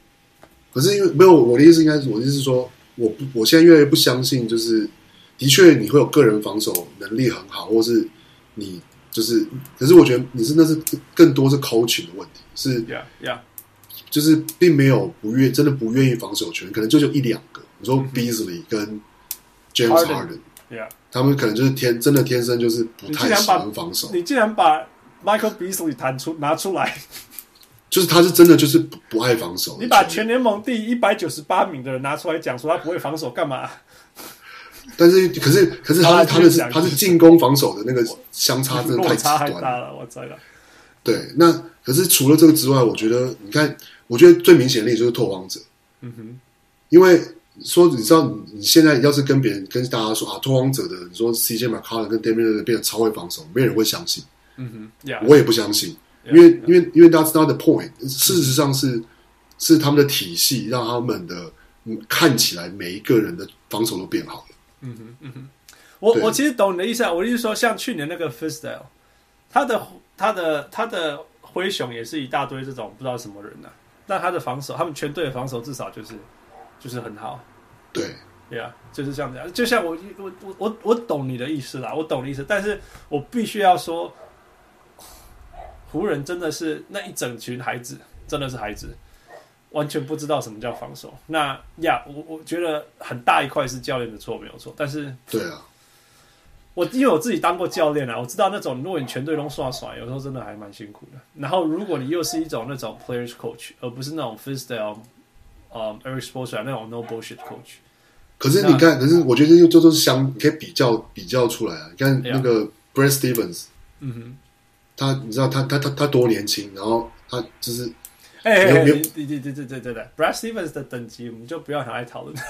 Speaker 3: 可是因为没有我的意思，应该是我的意思是说，我不我现在越来越不相信，就是的确你会有个人防守能力很好，或是你就是，可是我觉得你是那是更多是 coaching 的问题，是
Speaker 1: Yeah, yeah.
Speaker 3: 就是并没有不愿真的不愿意防守球员，可能就就一两个。你说 Beasley 跟
Speaker 1: 嗯
Speaker 3: James
Speaker 1: Harden
Speaker 3: Harden。
Speaker 1: Yeah，
Speaker 3: 他们可能就是天真的天生就是不
Speaker 1: 你
Speaker 3: 太
Speaker 1: 竟然
Speaker 3: 喜
Speaker 1: 把
Speaker 3: 欢防守，
Speaker 1: 你竟然把 Michael Beasley 弹出拿出 来，
Speaker 3: 就是他是真的就是不不爱防守的球员。
Speaker 1: 你把全联盟第一百九十八名的人拿出来讲说他不会防守干 嘛？
Speaker 3: 但是可是可是
Speaker 1: 好
Speaker 3: 他
Speaker 1: 啦
Speaker 3: 他的
Speaker 1: 继续
Speaker 3: 是
Speaker 1: 讲
Speaker 3: 他是进攻防守的那个相差真的
Speaker 1: 落
Speaker 3: 太
Speaker 1: 差
Speaker 3: 极
Speaker 1: 太
Speaker 3: 端
Speaker 1: 大
Speaker 3: 了。
Speaker 1: 了，我知道。
Speaker 3: 对，那可是除了这个之外，我觉得你看，我觉得最明显的例子就是拓荒者，
Speaker 1: 嗯哼，
Speaker 3: 因为说你知道你你现在要是跟别人跟大家说啊，拓荒者的，你说 CJ McCollum 跟 Damian l 变得超会防守，没有人会相信，
Speaker 1: 嗯哼，Yeah，嗯
Speaker 3: 我也不相信，因为因为因为 that's not the point。事实上是是他们的体系让他们的嗯看起来每一个人的防守都变好了，
Speaker 1: 我
Speaker 3: 对
Speaker 1: 我其实懂你的意思啊，我的意思说，像去年那个 Freestyle，他的他的他的灰熊也是一大堆这种不知道什么人呐、啊，但他的防守，他们全队的防守至少就是就是很好，
Speaker 3: 对。
Speaker 1: 对啊，就是这样子啊。就像我我我我我懂你的意思啦，我懂你意思，但是我必须要说，湖人真的是那一整群孩子，真的是孩子，完全不知道什么叫防守。那呀，我我觉得很大一块是教练的错，没有错，但是。
Speaker 3: 对啊，
Speaker 1: 我因为我自己当过教练啊，我知道那种如果你全队都耍耍，有时候真的还蛮辛苦的。然后如果你又是一种那种 players coach，而不是那种 freestyle，呃、e r i c Spoelstra 那种 no bullshit coach，
Speaker 3: 可是你看，可是我觉得这都是相，你可以比较比较出来啊。你看那个 Brad Stevens，
Speaker 1: 嗯
Speaker 3: 他你知道他他他他多年轻，然后他就是
Speaker 1: 哼，哎、哎
Speaker 3: 没有
Speaker 1: 哎
Speaker 3: 没有
Speaker 1: 你你你对对对对，Brad Stevens 的等级我们就不要拿来 讨论。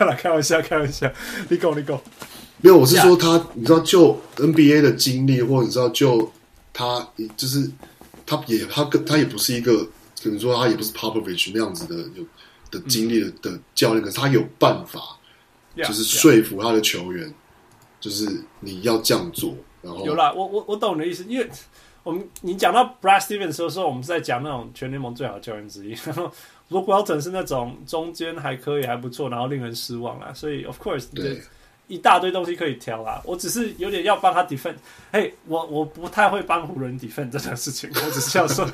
Speaker 1: 来开玩笑，开玩笑，你够你够，
Speaker 3: 没有，我是说他，你知道就 NBA 的经历，或者你知道就他就是他也他跟他也不是一个，可能说他也不是 Popovich 那样子的有的经历的的教练，可是他有办法，
Speaker 1: 嗯 Yeah,
Speaker 3: 就是
Speaker 1: yeah
Speaker 3: 说服他的球员，就是你要这样做，然后
Speaker 1: 有啦，我我我懂你的意思，因为我们你讲到 Brad Stevens 的时候，说我们是在讲那种全联盟最好的教练之一，然后 Luke Walton 是那种中间还可以还不错，然后令人失望啦，所以 of course
Speaker 3: 对
Speaker 1: 一大堆东西可以挑啦，我只是有点要帮他 defend，嘿，我我不太会帮湖人 defend 这件事情，我只是要说，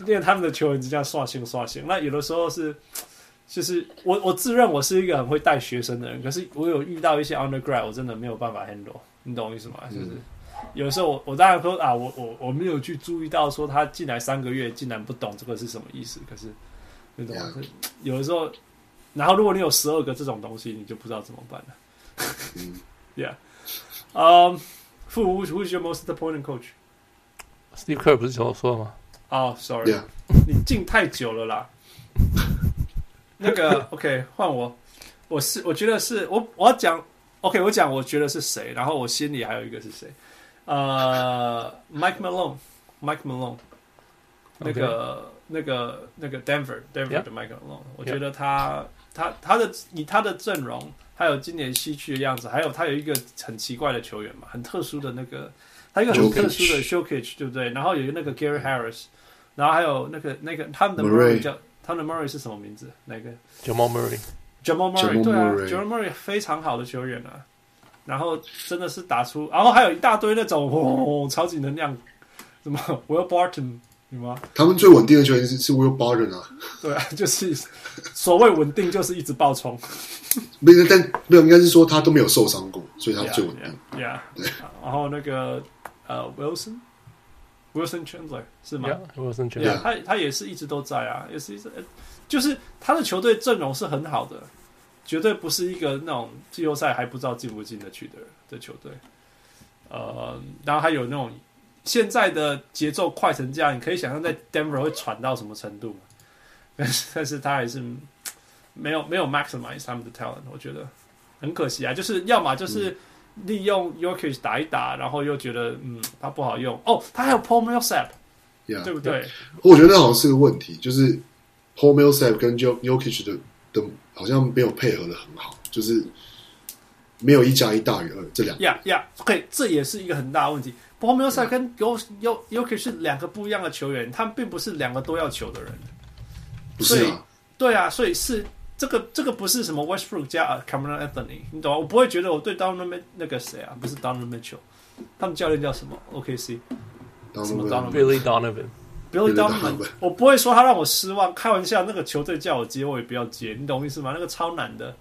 Speaker 1: 因为他们的球员之间刷新刷新，那有的时候是。就是我，我自认我是一个很会带学生的人，可是我有遇到一些 undergrad，我真的没有办法 handle，你懂我意思吗？就是、
Speaker 3: 嗯
Speaker 1: 有时候我我当然说啊，我我我没有去注意到说他进来三个月竟然不懂这个是什么意思，可是那种
Speaker 3: Yeah.
Speaker 1: 有的时候，然后如果你有十二个这种东西，你就不知道怎么办了。
Speaker 3: 嗯
Speaker 1: yeah，嗯、um,，Who who's your most disappointing coach？
Speaker 2: Steve Kerr 不是说说了吗？
Speaker 1: 哦、s o r r y
Speaker 3: yeah，
Speaker 1: 你进太久了啦。 那个 OK，换我，我是我觉得是我我要讲 OK，我讲我觉得是谁，然后我心里还有一个是谁，呃，Mike Malone，Mike Malone，那个那个那个 Denver Denver
Speaker 2: Yeah.
Speaker 1: 的 Mike Malone，我觉得他他他的以他的阵容，还有今年西区的样子，还有他有一个很奇怪的球员嘛，很特殊的那个，他有一个很
Speaker 3: Jokic
Speaker 1: 特殊的 Showcase，对不对？然后有那个 Gary Harris，然后还有那个那个他们的
Speaker 3: Murray
Speaker 1: Murray 叫他们的 Murray 是什么名字？哪个
Speaker 2: Jamal Murray，
Speaker 1: ？Jamal Murray，
Speaker 3: Jamal
Speaker 1: 对啊
Speaker 3: Murray
Speaker 1: ，Jamal Murray 非常好的球员啊。然后真的是打出，然后还有一大堆那种哦，超级能量，什么 Will Barton，有吗？
Speaker 3: 他们最稳定的球员是是 Will Barton 啊，
Speaker 1: 对啊， 就是所谓稳定，就是一直爆冲。
Speaker 3: 没有，但没有，应该是说他都没有受伤过，所以他最稳定。
Speaker 1: Yeah，, yeah. 然后那个呃，Wilson。Wilson Chandler 是吗
Speaker 2: yeah，我是觉
Speaker 1: Yeah，
Speaker 2: 得
Speaker 3: Yeah
Speaker 1: 他他也是一直都在啊，也是一直，呃就是他的球队阵容是很好的，绝对不是一个那种季后赛还不知道进不进得去的的球队。呃，然后还有那种现在的节奏快成这样，你可以想象在 Denver 会喘到什么程度嘛？但是但是他还是没有没有 maximize 他们的 talent，我觉得很可惜啊。就是要么就是利用 Yorkish 打一打，然后又觉得嗯他不好用哦，他还有 Paul Millsap 对
Speaker 3: Yeah，
Speaker 1: 不对？
Speaker 3: 我觉得那好像是个问题，就是 p o m i l s a p 跟 Jo Jokic 的的，好像没有配合的很好，就是没有一加一大于二这两个。
Speaker 1: 呀呀，对，这也是一个很大的问题。不过 m i l s a 跟 Yo Yo Yoki 是两个不一样的球员，他们并不是两个都要球的人。
Speaker 3: 不是啊，
Speaker 1: 对啊，所以是这个这个不是什么 Westbrook 加呃 Cameron Anthony，你懂吗？我不会觉得我对 Donovan Mitch- 那个谁啊，不是 Donovan Mitchell，他们教练叫什么？OKC
Speaker 3: 当
Speaker 1: 什么当然
Speaker 2: Billy Donovan，
Speaker 1: Billy
Speaker 3: Billy
Speaker 1: Donovan，
Speaker 3: Donovan
Speaker 1: 我不会说他让我失望。开玩笑，那个球队叫我接，我也不要接，你懂我意思吗？那个超难的。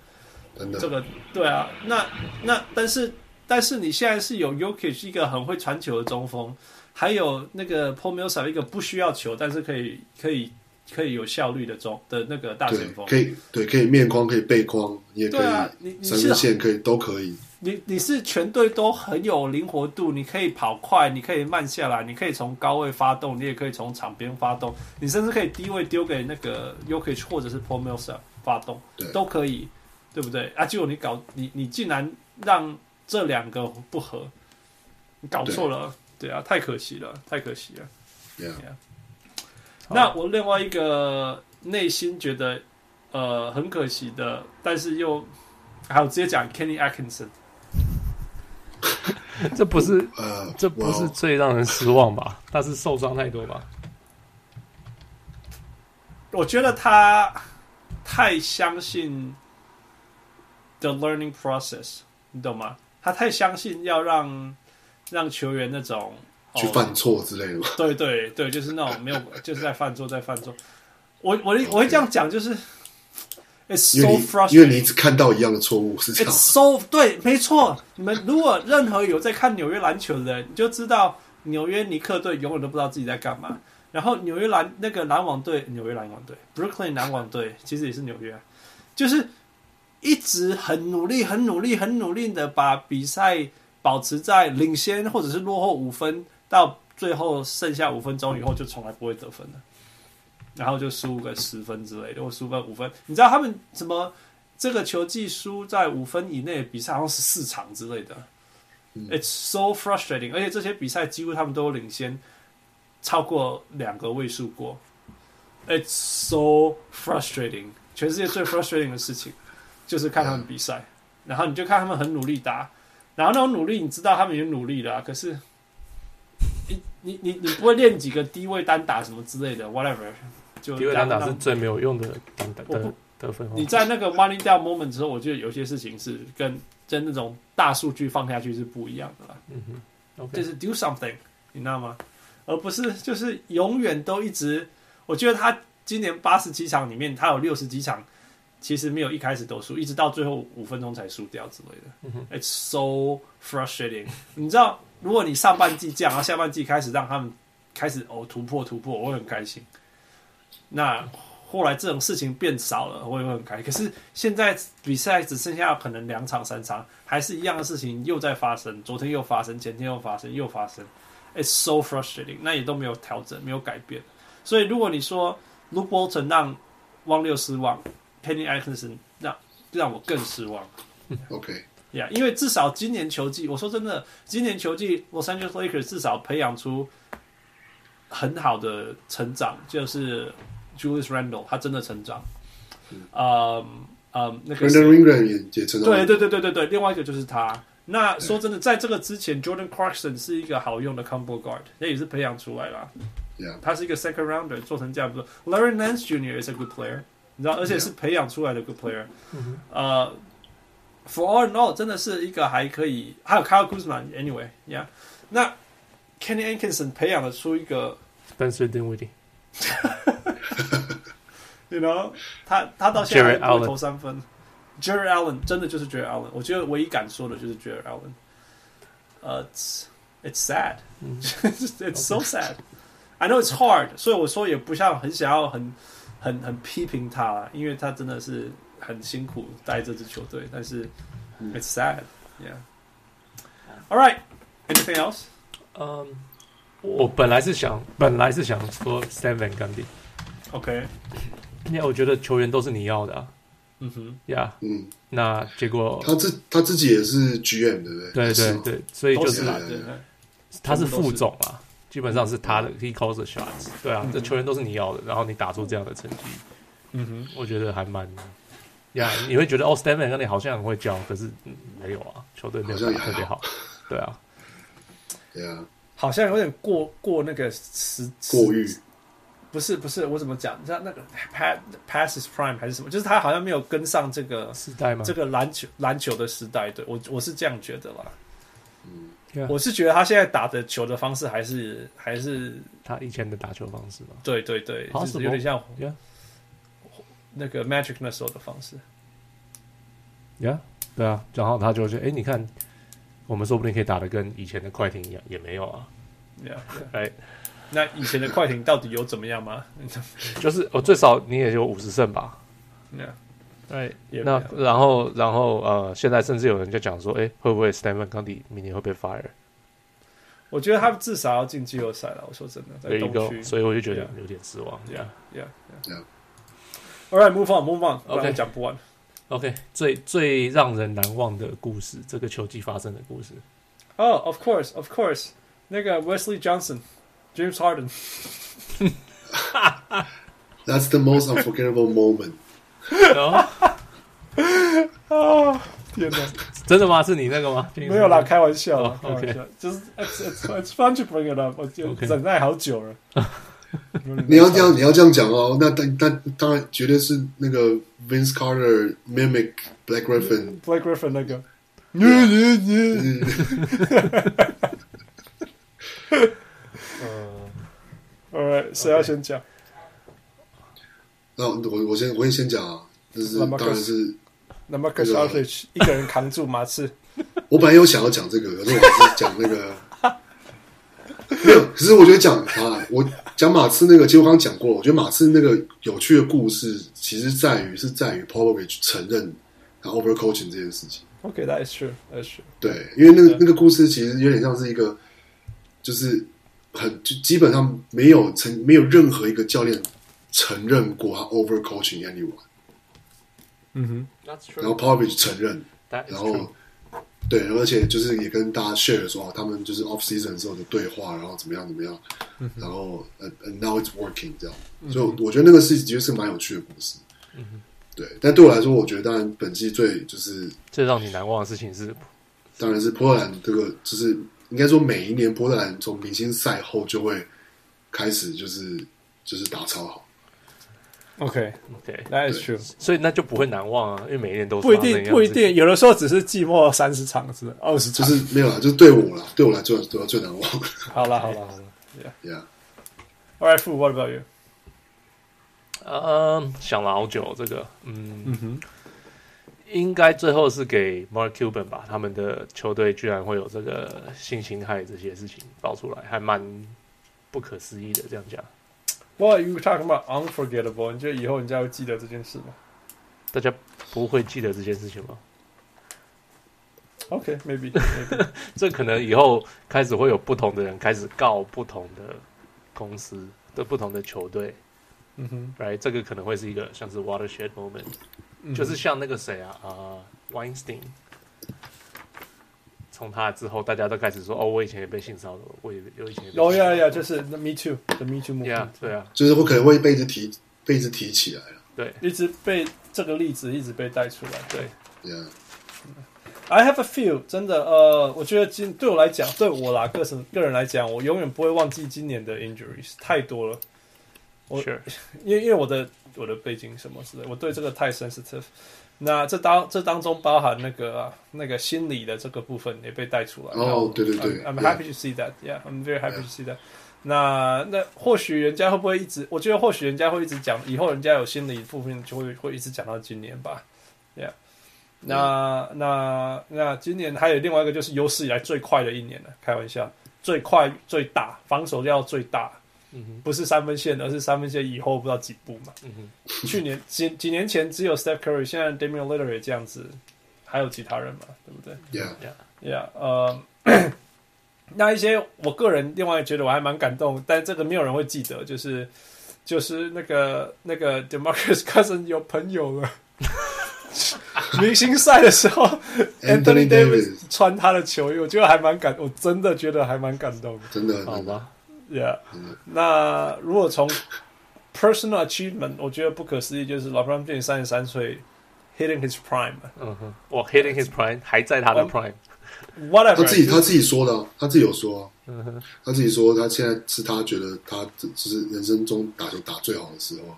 Speaker 3: 真
Speaker 1: 这
Speaker 3: 的
Speaker 1: 个对啊，那那但是但是你现在是有 Yokich 一个很会传球的中锋，还有那个 Paul Millsap 一个不需要球，但是可以可以可以有效率的中的那个大
Speaker 3: 对
Speaker 1: 前锋，。
Speaker 3: 可以对可以面框，可以背框，也可
Speaker 1: 对啊你
Speaker 3: 以
Speaker 1: 你
Speaker 3: 三
Speaker 1: 是
Speaker 3: 分线，可以都可以。
Speaker 1: 你你是全队都很有灵活度，你可以跑快，你可以慢下来，你可以从高位发动，你也可以从场边发动，你甚至可以低位丢给那个 Yokich 或者是 Paul Millsap，发动
Speaker 3: 对，
Speaker 1: 都可以，对不对？啊，结果你搞你你竟然让这两个不合，你搞错了，对啊，太可惜了，太可惜了。
Speaker 3: Yeah.
Speaker 1: 那我另外一个内心觉得呃很可惜的，但是又还有直接讲 Kenny Atkinson，
Speaker 2: 这不是
Speaker 3: 呃，
Speaker 2: 这不是
Speaker 1: 哦
Speaker 3: well,
Speaker 2: 最让人失望吧？他是受伤太多吧？
Speaker 1: 我觉得他太相信 the learning process，你懂吗？他太相信要让让球员那种
Speaker 3: 去
Speaker 1: 哦
Speaker 3: 犯错之类的嘛。
Speaker 1: 对对对，就是那 种没有，就是在犯错，在犯错。我我我会这样讲，就是 it's
Speaker 3: 因
Speaker 1: so
Speaker 3: 为你
Speaker 1: frustrating，
Speaker 3: 因为你一直看到一样的错误是这
Speaker 1: It's
Speaker 3: 样。
Speaker 1: so 对，没错。你们如果任何有在看纽约篮球的人，你就知道纽约尼克队永远都不知道自己在干嘛。然后纽约篮那个篮网队，纽约篮网队，Brooklyn 篮网队，其实也是纽约啊，就是一直很努力、很努力、很努力的把比赛保持在领先或者是落后五分，到最后剩下五分钟以后就从来不会得分了，然后就输个十分之类的，或输个五分。你知道他们怎么？这个球季输在五分以内的比赛，好像十四场之类的。It's so frustrating，而且这些比赛几乎他们都有领先超过两个位数过。It's so frustrating，全世界最 frustrating 的事情就是看他们比赛，然后你就看他们很努力打，然后那种努力你知道他们也努力了、啊，可是你你你你不会练几个低位单打什么之类的，whatever，就
Speaker 2: 因为单打
Speaker 1: 让
Speaker 2: 是最没有用的单打
Speaker 1: 我不
Speaker 2: 的得分方法。
Speaker 1: 你在那个 money down moment 之后，我觉得有些事情是跟跟那种大数据放下去是不一样的啦，
Speaker 2: 嗯哼
Speaker 1: 就
Speaker 2: ，OK，
Speaker 1: 是 do something，你知道吗？而不是就是永远都一直，我觉得他今年八十几场里面，他有六十几场其实没有一开始都输，一直到最后五分钟才输掉之类的。It's so frustrating。你 知道，如果你上半季这样，然后下半季开始让他们开始哦突破突破，我会很开心。那后来这种事情变少了，我也会很开心。可是现在比赛只剩下可能两场、三场，还是一样的事情又在发生，昨天又发生，前天又发生，又发生。It's so frustrating，那也都没有调整，没有改变。所以如果你说 Luke Walton 让汪六失望，Penny Atkinson 让让我更失望。
Speaker 3: OK，
Speaker 1: 呀、因为至少今年球季，我说真的，今年球季，Los Angeles Lakers 至少培养出很好的成长，就是 Julius Randle，他真的成长。嗯嗯，那个
Speaker 3: Brandon
Speaker 1: 谁
Speaker 3: Ingram 也也成长
Speaker 1: 对对对对对对，另外一个就是他。那说真的，在这个之前，Jordan Clarkson 是一个好用的 combo guard，那也是培养出来了。
Speaker 3: ，Yeah，
Speaker 1: 他是一个 second rounder，做成这样不错。Larry Nance Jr. is a good player，你知道，而且是培养出来的 good player。呃、f o r all in all，真的是一个还可以，还有 Kyle Kuzma，anyway，yeah。那 Kenny Atkinson 培养得出一个
Speaker 2: 但是 d i n w i d d i
Speaker 1: You know，他他到现在
Speaker 2: Jared
Speaker 1: 还不
Speaker 2: Allen
Speaker 1: 会投三分。Jerry Allen 真的就是 Jerry Allen，我觉得唯一敢说的就是 Jerry Allen。呃、i t s sad，it's、it's so sad。I know it's hard，所以我说也不像很想要很很很批评他啦，因为他真的是很辛苦带这支球队，但是
Speaker 3: 嗯
Speaker 1: it's sad，yeah。All right，anything else？
Speaker 2: 嗯，我本来是想本来是想说 Stan Van Gundy，
Speaker 1: OK，
Speaker 2: 因为我觉得球员都是你要的、啊，
Speaker 1: 嗯哼，
Speaker 2: 呀、yeah,，
Speaker 3: 嗯，
Speaker 2: 那结果
Speaker 3: 他自他自己也是 GM 对不对？
Speaker 2: 对
Speaker 3: 是
Speaker 2: 对
Speaker 3: 吗，
Speaker 2: 对，所以就
Speaker 1: 都
Speaker 2: 是
Speaker 1: 是啦，对
Speaker 3: 对
Speaker 1: 对
Speaker 2: 他是
Speaker 1: 全部都
Speaker 2: 副
Speaker 1: 是
Speaker 2: 总啊，基本上是他的 he calls the shots，对啊，这球员都是你要的，然后你打出这样的成绩，
Speaker 1: 嗯哼，
Speaker 2: 我觉得还蛮。呀、你会觉得哦 s t a n m a n 那里好像很会教，可是、嗯没有啊，球队没有
Speaker 3: 好
Speaker 2: 打
Speaker 3: 像也
Speaker 2: 得特别
Speaker 3: 还好
Speaker 2: 好，对啊，
Speaker 3: 对啊，
Speaker 1: 好像有点过过那个时
Speaker 3: 过誉，
Speaker 1: 不是不是，我怎么讲？你知道那个 pass passes prime 还是什么？就是他好像没有跟上这个
Speaker 2: 世代吗？
Speaker 1: 这个篮球篮球的时代。对我我是这样觉得啦。
Speaker 2: Yeah
Speaker 1: 我是觉得他现在打的球的方式还是还是
Speaker 2: 他以前的打球方式吗？
Speaker 1: 对对对，
Speaker 2: 好
Speaker 1: 就
Speaker 2: 什
Speaker 1: 是
Speaker 2: 么
Speaker 1: 有点像
Speaker 2: Yeah
Speaker 1: 那个 Magic 那时候的方式。
Speaker 2: 呀、对啊，然后他就说，哎，你看，我们说不定可以打得跟以前的快艇一样，也没有啊，
Speaker 1: Yeah, yeah.
Speaker 2: 哎，
Speaker 1: 那以前的快艇到底有怎么样吗
Speaker 2: 就是我、哦最少你也有五十胜吧，
Speaker 1: ？Yeah,
Speaker 2: 哎，
Speaker 1: 也
Speaker 2: 那
Speaker 1: 没
Speaker 2: 然后然后呃，现在甚至有人就讲说，哎，会不会 Stephen 康迪明年会被 fire？
Speaker 1: 我觉得他们至少要进季后赛了。我说真的，在
Speaker 2: 对一
Speaker 1: 呃东
Speaker 2: 个，
Speaker 1: 区。
Speaker 2: 所以我就觉得
Speaker 1: Yeah
Speaker 2: 有点失望。
Speaker 1: Yeah, yeah, yeah.
Speaker 3: Yeah.
Speaker 1: All right, move on, move on，不
Speaker 2: OK
Speaker 1: 然讲不完。
Speaker 2: OK，最最让人难忘的故事，这个球季发生的 故事。
Speaker 1: 哦、o f course, Oh, of course，那个 Wesley Johnson。James Harden，
Speaker 3: That's the most unforgettable moment。
Speaker 2: 哦
Speaker 1: 天 哪，
Speaker 2: 真的吗？是你那个吗？
Speaker 1: Ah, 没有啦，开玩笑啦
Speaker 2: 哦，
Speaker 1: 开玩
Speaker 2: OK
Speaker 1: 笑，就是 it's it's it's fun to bring it up，我就
Speaker 2: OK
Speaker 1: 忍耐好久 了。
Speaker 3: 你要这样，你要这样讲哦，那但但当然绝对是那个 Vince Carter mimic Black Griffin。
Speaker 1: Blake Griffin 那 个，
Speaker 3: 嗯，
Speaker 1: 呃，谁要先讲？
Speaker 3: 那我我先我也先讲啊，就是当
Speaker 1: Lamarcus
Speaker 3: 然是
Speaker 1: 那么 Chris
Speaker 3: 对啊
Speaker 1: Aldridge 一个人扛住马刺，
Speaker 3: 我本来有想要讲这个，可是我还是讲那个。没有，可是我觉得讲啊，我讲马刺那个，其实我刚刚讲过，我觉得马刺那个有趣的故事，其实在于是在于 Popovich 承认他 overcoaching 这件事情。
Speaker 1: OK，that is true. That is true.
Speaker 3: 对，因为那个那个故事其实有点像是一个，就是很就基本上没有曾没有任何一个教练承认过他 overcoaching anyone，
Speaker 1: 嗯
Speaker 2: ，That's
Speaker 3: 然后
Speaker 2: true.
Speaker 3: Popovich 承认，
Speaker 2: That is
Speaker 3: 然后
Speaker 2: true.
Speaker 3: 对，而且就是也跟大家 share 说，哦他们就是 off season 的时候的对话，然后怎么样怎么样，然后呃、and now it's working 这样，所以我觉得那个是其实是蛮有趣的故事。对，但对我来说，我觉得当然本季最就是
Speaker 2: 最让你难忘的事情是，
Speaker 3: 当然是波特兰这个，就是应该说每一年波特兰从明星赛后就会开始就是就是打超好，
Speaker 1: 哼，OK，
Speaker 2: 对，
Speaker 1: that is true.
Speaker 2: 所以那就不会难忘啊，因为每一年都
Speaker 1: 不一
Speaker 2: 发生
Speaker 1: 定，
Speaker 2: 样的
Speaker 1: 不一
Speaker 2: 事
Speaker 1: 定，
Speaker 2: 情。
Speaker 1: 有的时候只是寂寞三十场之类，二十
Speaker 3: 就
Speaker 1: 场。
Speaker 3: 是没有啦，就是对我啦，对我来说最最难忘
Speaker 1: 好了，好了，好了。
Speaker 3: ，Yeah，
Speaker 1: All right, Fu, what about you？
Speaker 2: 呃，想了好久，这个，嗯，
Speaker 1: 嗯哼，
Speaker 2: 应该最后是给 Mark Cuban 吧，他们的球队居然会有这个性侵害这些事情爆出来，还蛮不可思议的。这样讲，
Speaker 1: Well, you were talking about unforgettable，你觉得以后人家会记得这件事吗
Speaker 2: 大家不会记得这件事情吗？
Speaker 1: ？OK, maybe, maybe.
Speaker 2: 这可能以后开始会有不同的人开始告不同的公司的不同的球队
Speaker 1: 嗯哼，
Speaker 2: ，right？这个可能会是一个像是 watershed moment，、
Speaker 1: 嗯
Speaker 2: 就是像那个谁啊啊、Weinstein，从他之后大家都开始说哦，我以前也被性骚扰，我也我以前也被性骚扰
Speaker 1: 哦呀呀，就是 the Me Too, the Me Too
Speaker 2: yeah，
Speaker 1: movement，
Speaker 2: 对啊，
Speaker 3: 就是我可能会被一直提被一直提起来啊了
Speaker 2: 对
Speaker 1: 一直被这个例子一直被带出来。
Speaker 2: 对，
Speaker 3: ，Yeah，
Speaker 1: I have a few，真的，呃，我觉得今对我来讲，对我啦，个人个人来讲，我永远不会忘记今年的 injuries，太多了。我
Speaker 2: sure，
Speaker 1: 因为因为我的我的背景什么之类，我对这个太 sensitive。那这当这当中包含那个、啊、那个心理的这个部分也被带出来。
Speaker 3: 哦对对对
Speaker 1: I'm, I'm
Speaker 3: yeah
Speaker 1: happy to see that. Yeah, I'm very happy to see that. 那那或许人家会不会一直？我觉得或许人家会一直讲，以后人家有心理部分就会会一直讲到今年吧。Yeah，那那那今年还有另外一个就是有史以来最快的一年了，开玩笑，最快最大，防守要最大，
Speaker 2: 嗯哼，
Speaker 1: 不是三分线，而是三分线以后不知道几步嘛。
Speaker 2: 嗯哼，
Speaker 1: 去年几几年前只有 Steph Curry，现在 Damian l i l l a r 这样子，还有其他人嘛，对不对？
Speaker 3: Yeah，
Speaker 1: Yeah，呃， 那一些我个人另外觉得我还蛮感动，但这个没有人会记得，就是就是那个那个 Demarcus Cousins 有朋友 了。明星赛的时候
Speaker 3: Anthony Davis
Speaker 1: 穿他的球衣，我觉得还蛮感，我真的觉得还蛮感动的。
Speaker 3: 真的，
Speaker 2: 好
Speaker 3: 真的
Speaker 2: 吧，
Speaker 1: Yeah，、那如果从 personal achievement，我觉得不可思议就是 LeBron James 三十三岁 hitting his prime。
Speaker 2: 嗯哼，我 hitting his prime 还在他的 prime，
Speaker 1: Whatever，
Speaker 3: 他自己
Speaker 1: 就是
Speaker 3: 他自己说的啊，他自己有说啊，
Speaker 2: 嗯哼，
Speaker 3: 他自己说他现在是他觉得他就是人生中打球打最好的时候，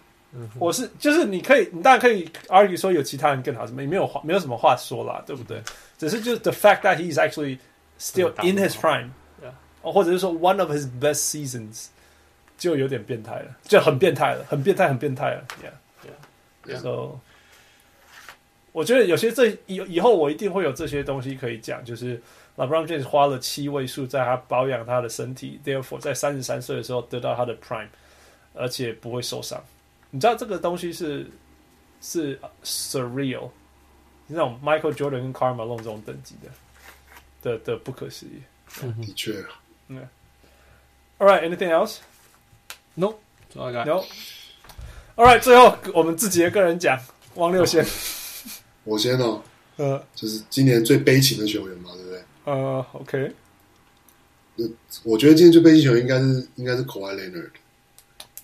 Speaker 1: 我是就是你可以，你当然可以 argue 说有其他人更好，什么也没有话没有什么话说啦，对不对？只是就是 the fact that he is actually still
Speaker 2: 打得
Speaker 1: in his
Speaker 2: 很
Speaker 1: prime，
Speaker 2: Yeah
Speaker 1: 哦或者是说 one of his best seasons，就有点变态了，就很变态了，很变态，很变态了，yeah。
Speaker 3: Yeah
Speaker 1: So，我觉得有些这以以后我一定会有这些东西可以讲，就是 LeBron James 花了七位数在他保养他的身体，therefore 在三十三岁的时候得到他的 prime，而且不会受伤。你知道这个东西是是呃 surreal，那种 Michael Jordan 跟 Karl Malone 这种等级的的的不可思议。
Speaker 3: 的确，啊
Speaker 1: All right, anything else?
Speaker 2: No，so I got
Speaker 1: No. All right，最后我们自己的个人奖，汪六先，
Speaker 3: 我先哦，
Speaker 1: 呃
Speaker 3: 就是今年最悲情的球员嘛，对不对？
Speaker 1: 呃，OK，
Speaker 3: 我觉得今年最悲情球员应该是应该是 k a w i Leonard，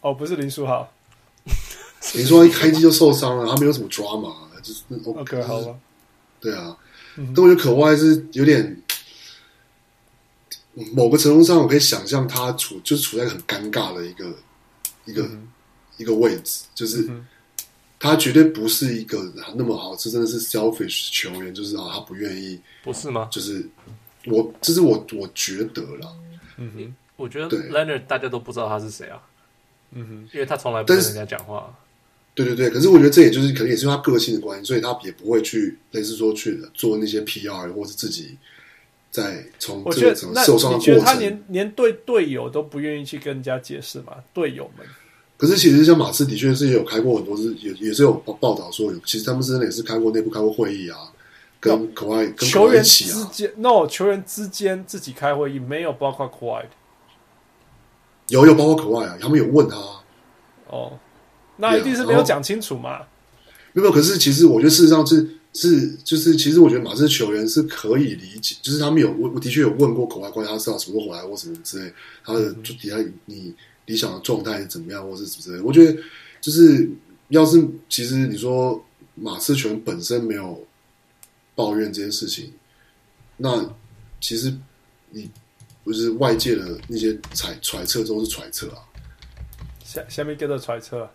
Speaker 1: 哦，不是林书豪
Speaker 3: 林书豪一开机就受伤了，他没有什么 drama，就是
Speaker 1: ，OK，好吧，嗯
Speaker 3: 对啊，但我觉得可外是有点，某个程度上，我可以想象他处就处在一个很尴尬的一个一个、一个位置，就是、
Speaker 1: 嗯哼
Speaker 3: 他绝对不是一个啊那么好，这真的是 selfish 球员，就是啊，他不愿意，
Speaker 2: 不是吗？
Speaker 3: 就是我，这是我我觉得啦，
Speaker 1: 嗯哼，
Speaker 2: 我觉得
Speaker 3: 对
Speaker 2: Leonard 大家都不知道他是谁啊，
Speaker 1: 嗯哼，
Speaker 2: 因为他从来不跟
Speaker 3: 但是
Speaker 2: 人家讲话。
Speaker 3: 对对对，可是我觉得这也就是可能也是因为他个性的关系，所以他也不会去类似说去做那些 PR 或是自己在从
Speaker 1: 我
Speaker 3: 这
Speaker 1: 觉
Speaker 3: 个
Speaker 1: 得
Speaker 3: 整个
Speaker 1: 那
Speaker 3: 受伤的
Speaker 1: 你觉得
Speaker 3: 过
Speaker 1: 他
Speaker 3: 程
Speaker 1: 连连对队友都不愿意去跟人家解释嘛？队友们，
Speaker 3: 可是其实像马刺的确是也有开过很多次，也也是有报报道说有，其实他们真的也是开过内部开过会议啊，跟可爱跟可
Speaker 1: 球
Speaker 3: 爱一
Speaker 1: 员
Speaker 3: 起
Speaker 1: 之
Speaker 3: 啊，
Speaker 1: 间，no，球员之间自己开会议，没有包括 q u i e
Speaker 3: 有有包括可爱啊，他们有问他、啊，
Speaker 1: 哦，那一定是没有讲清楚嘛。
Speaker 3: 没有。可是其实我觉得事实上是是就是其实我觉得马刺球员是可以理解，就是他们有我我的确有问过口爱关于他是要什么时候回来或什么之类，他的就底下你理想的状态是怎么样或是什么之类的。我觉得就是要是其实你说马刺球员本身没有抱怨这件事情，那其实你就是外界的那些揣揣测都是揣测啊。
Speaker 1: 下下面跟着揣测，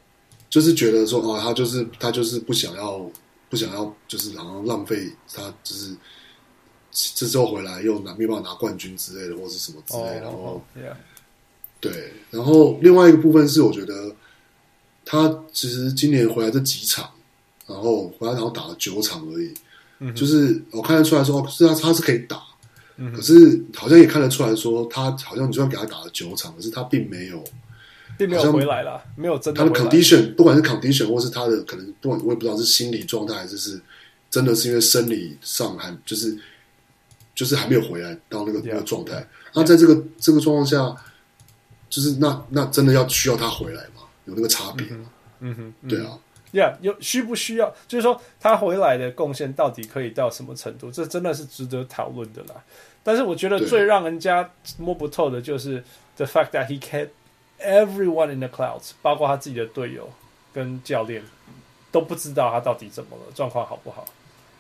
Speaker 3: 就是觉得说啊，他就是他就是不想要不想要，就是好像浪费他就是这周回来又拿没办法拿冠军之类的，或是什么之类的。然后
Speaker 1: 哦，yeah，
Speaker 3: 对，然后另外一个部分是，我觉得他其实今年回来这几场，然后回来然后打了九场而已，
Speaker 1: 嗯哼
Speaker 3: 就是我看得出来说，哦，是他他是可以打，
Speaker 1: 嗯哼
Speaker 3: 可是好像也看得出来说，他好像你就算给他打了九场，可是他并没有。
Speaker 1: 并没有
Speaker 3: 好像
Speaker 1: 回来啦，没有真的
Speaker 3: 他的
Speaker 1: 回来。
Speaker 3: condition，不管是 condition 或是他的可能，不管我也不知道是心理状态还是是真的是因为生理上还就是就是还没有回来到那个
Speaker 1: Yeah.
Speaker 3: 那个状态。那在这个这个状况下，就是那那真的要需要他回来吗？有那个差别吗？
Speaker 1: 嗯哼，嗯
Speaker 3: 对啊，
Speaker 1: ，Yeah，有需不需要？就是说他回来的贡献到底可以到什么程度？这真的是值得讨论的啦。但是我觉得
Speaker 3: 对
Speaker 1: 最让人家摸不透的就是 the fact that he kept everyone in the clouds，包括他自己的队友跟教练都不知道他到底怎么了，状况好不好？嗯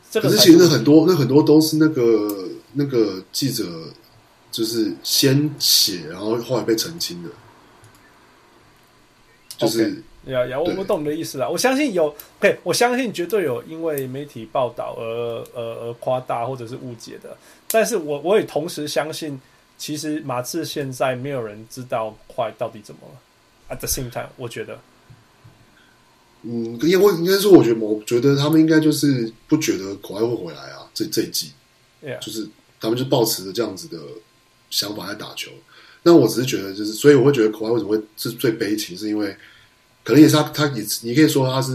Speaker 1: 这个
Speaker 3: 可是
Speaker 1: 才
Speaker 3: 其实那很多那很多都是那个那个记者就是先写，然后后来被澄清的，就是。
Speaker 1: OK 呀呀，我
Speaker 3: 对
Speaker 1: 我懂你的意思啦。我相信有，对，我相信绝对有因为媒体报道而而而夸大或者是误解的。但是我我也同时相信，其实马刺现在没有人知道快到底怎么了。At the same time，我觉得
Speaker 3: 嗯，因为我应该说，我觉得我觉得他们应该就是不觉得国外会回来啊，这这一季
Speaker 1: ，Yeah，
Speaker 3: 就是他们就抱持着这样子的想法在打球。那我只是觉得，就是所以我会觉得国外为什么会是最悲情，是因为可能也是他他也你可以说他是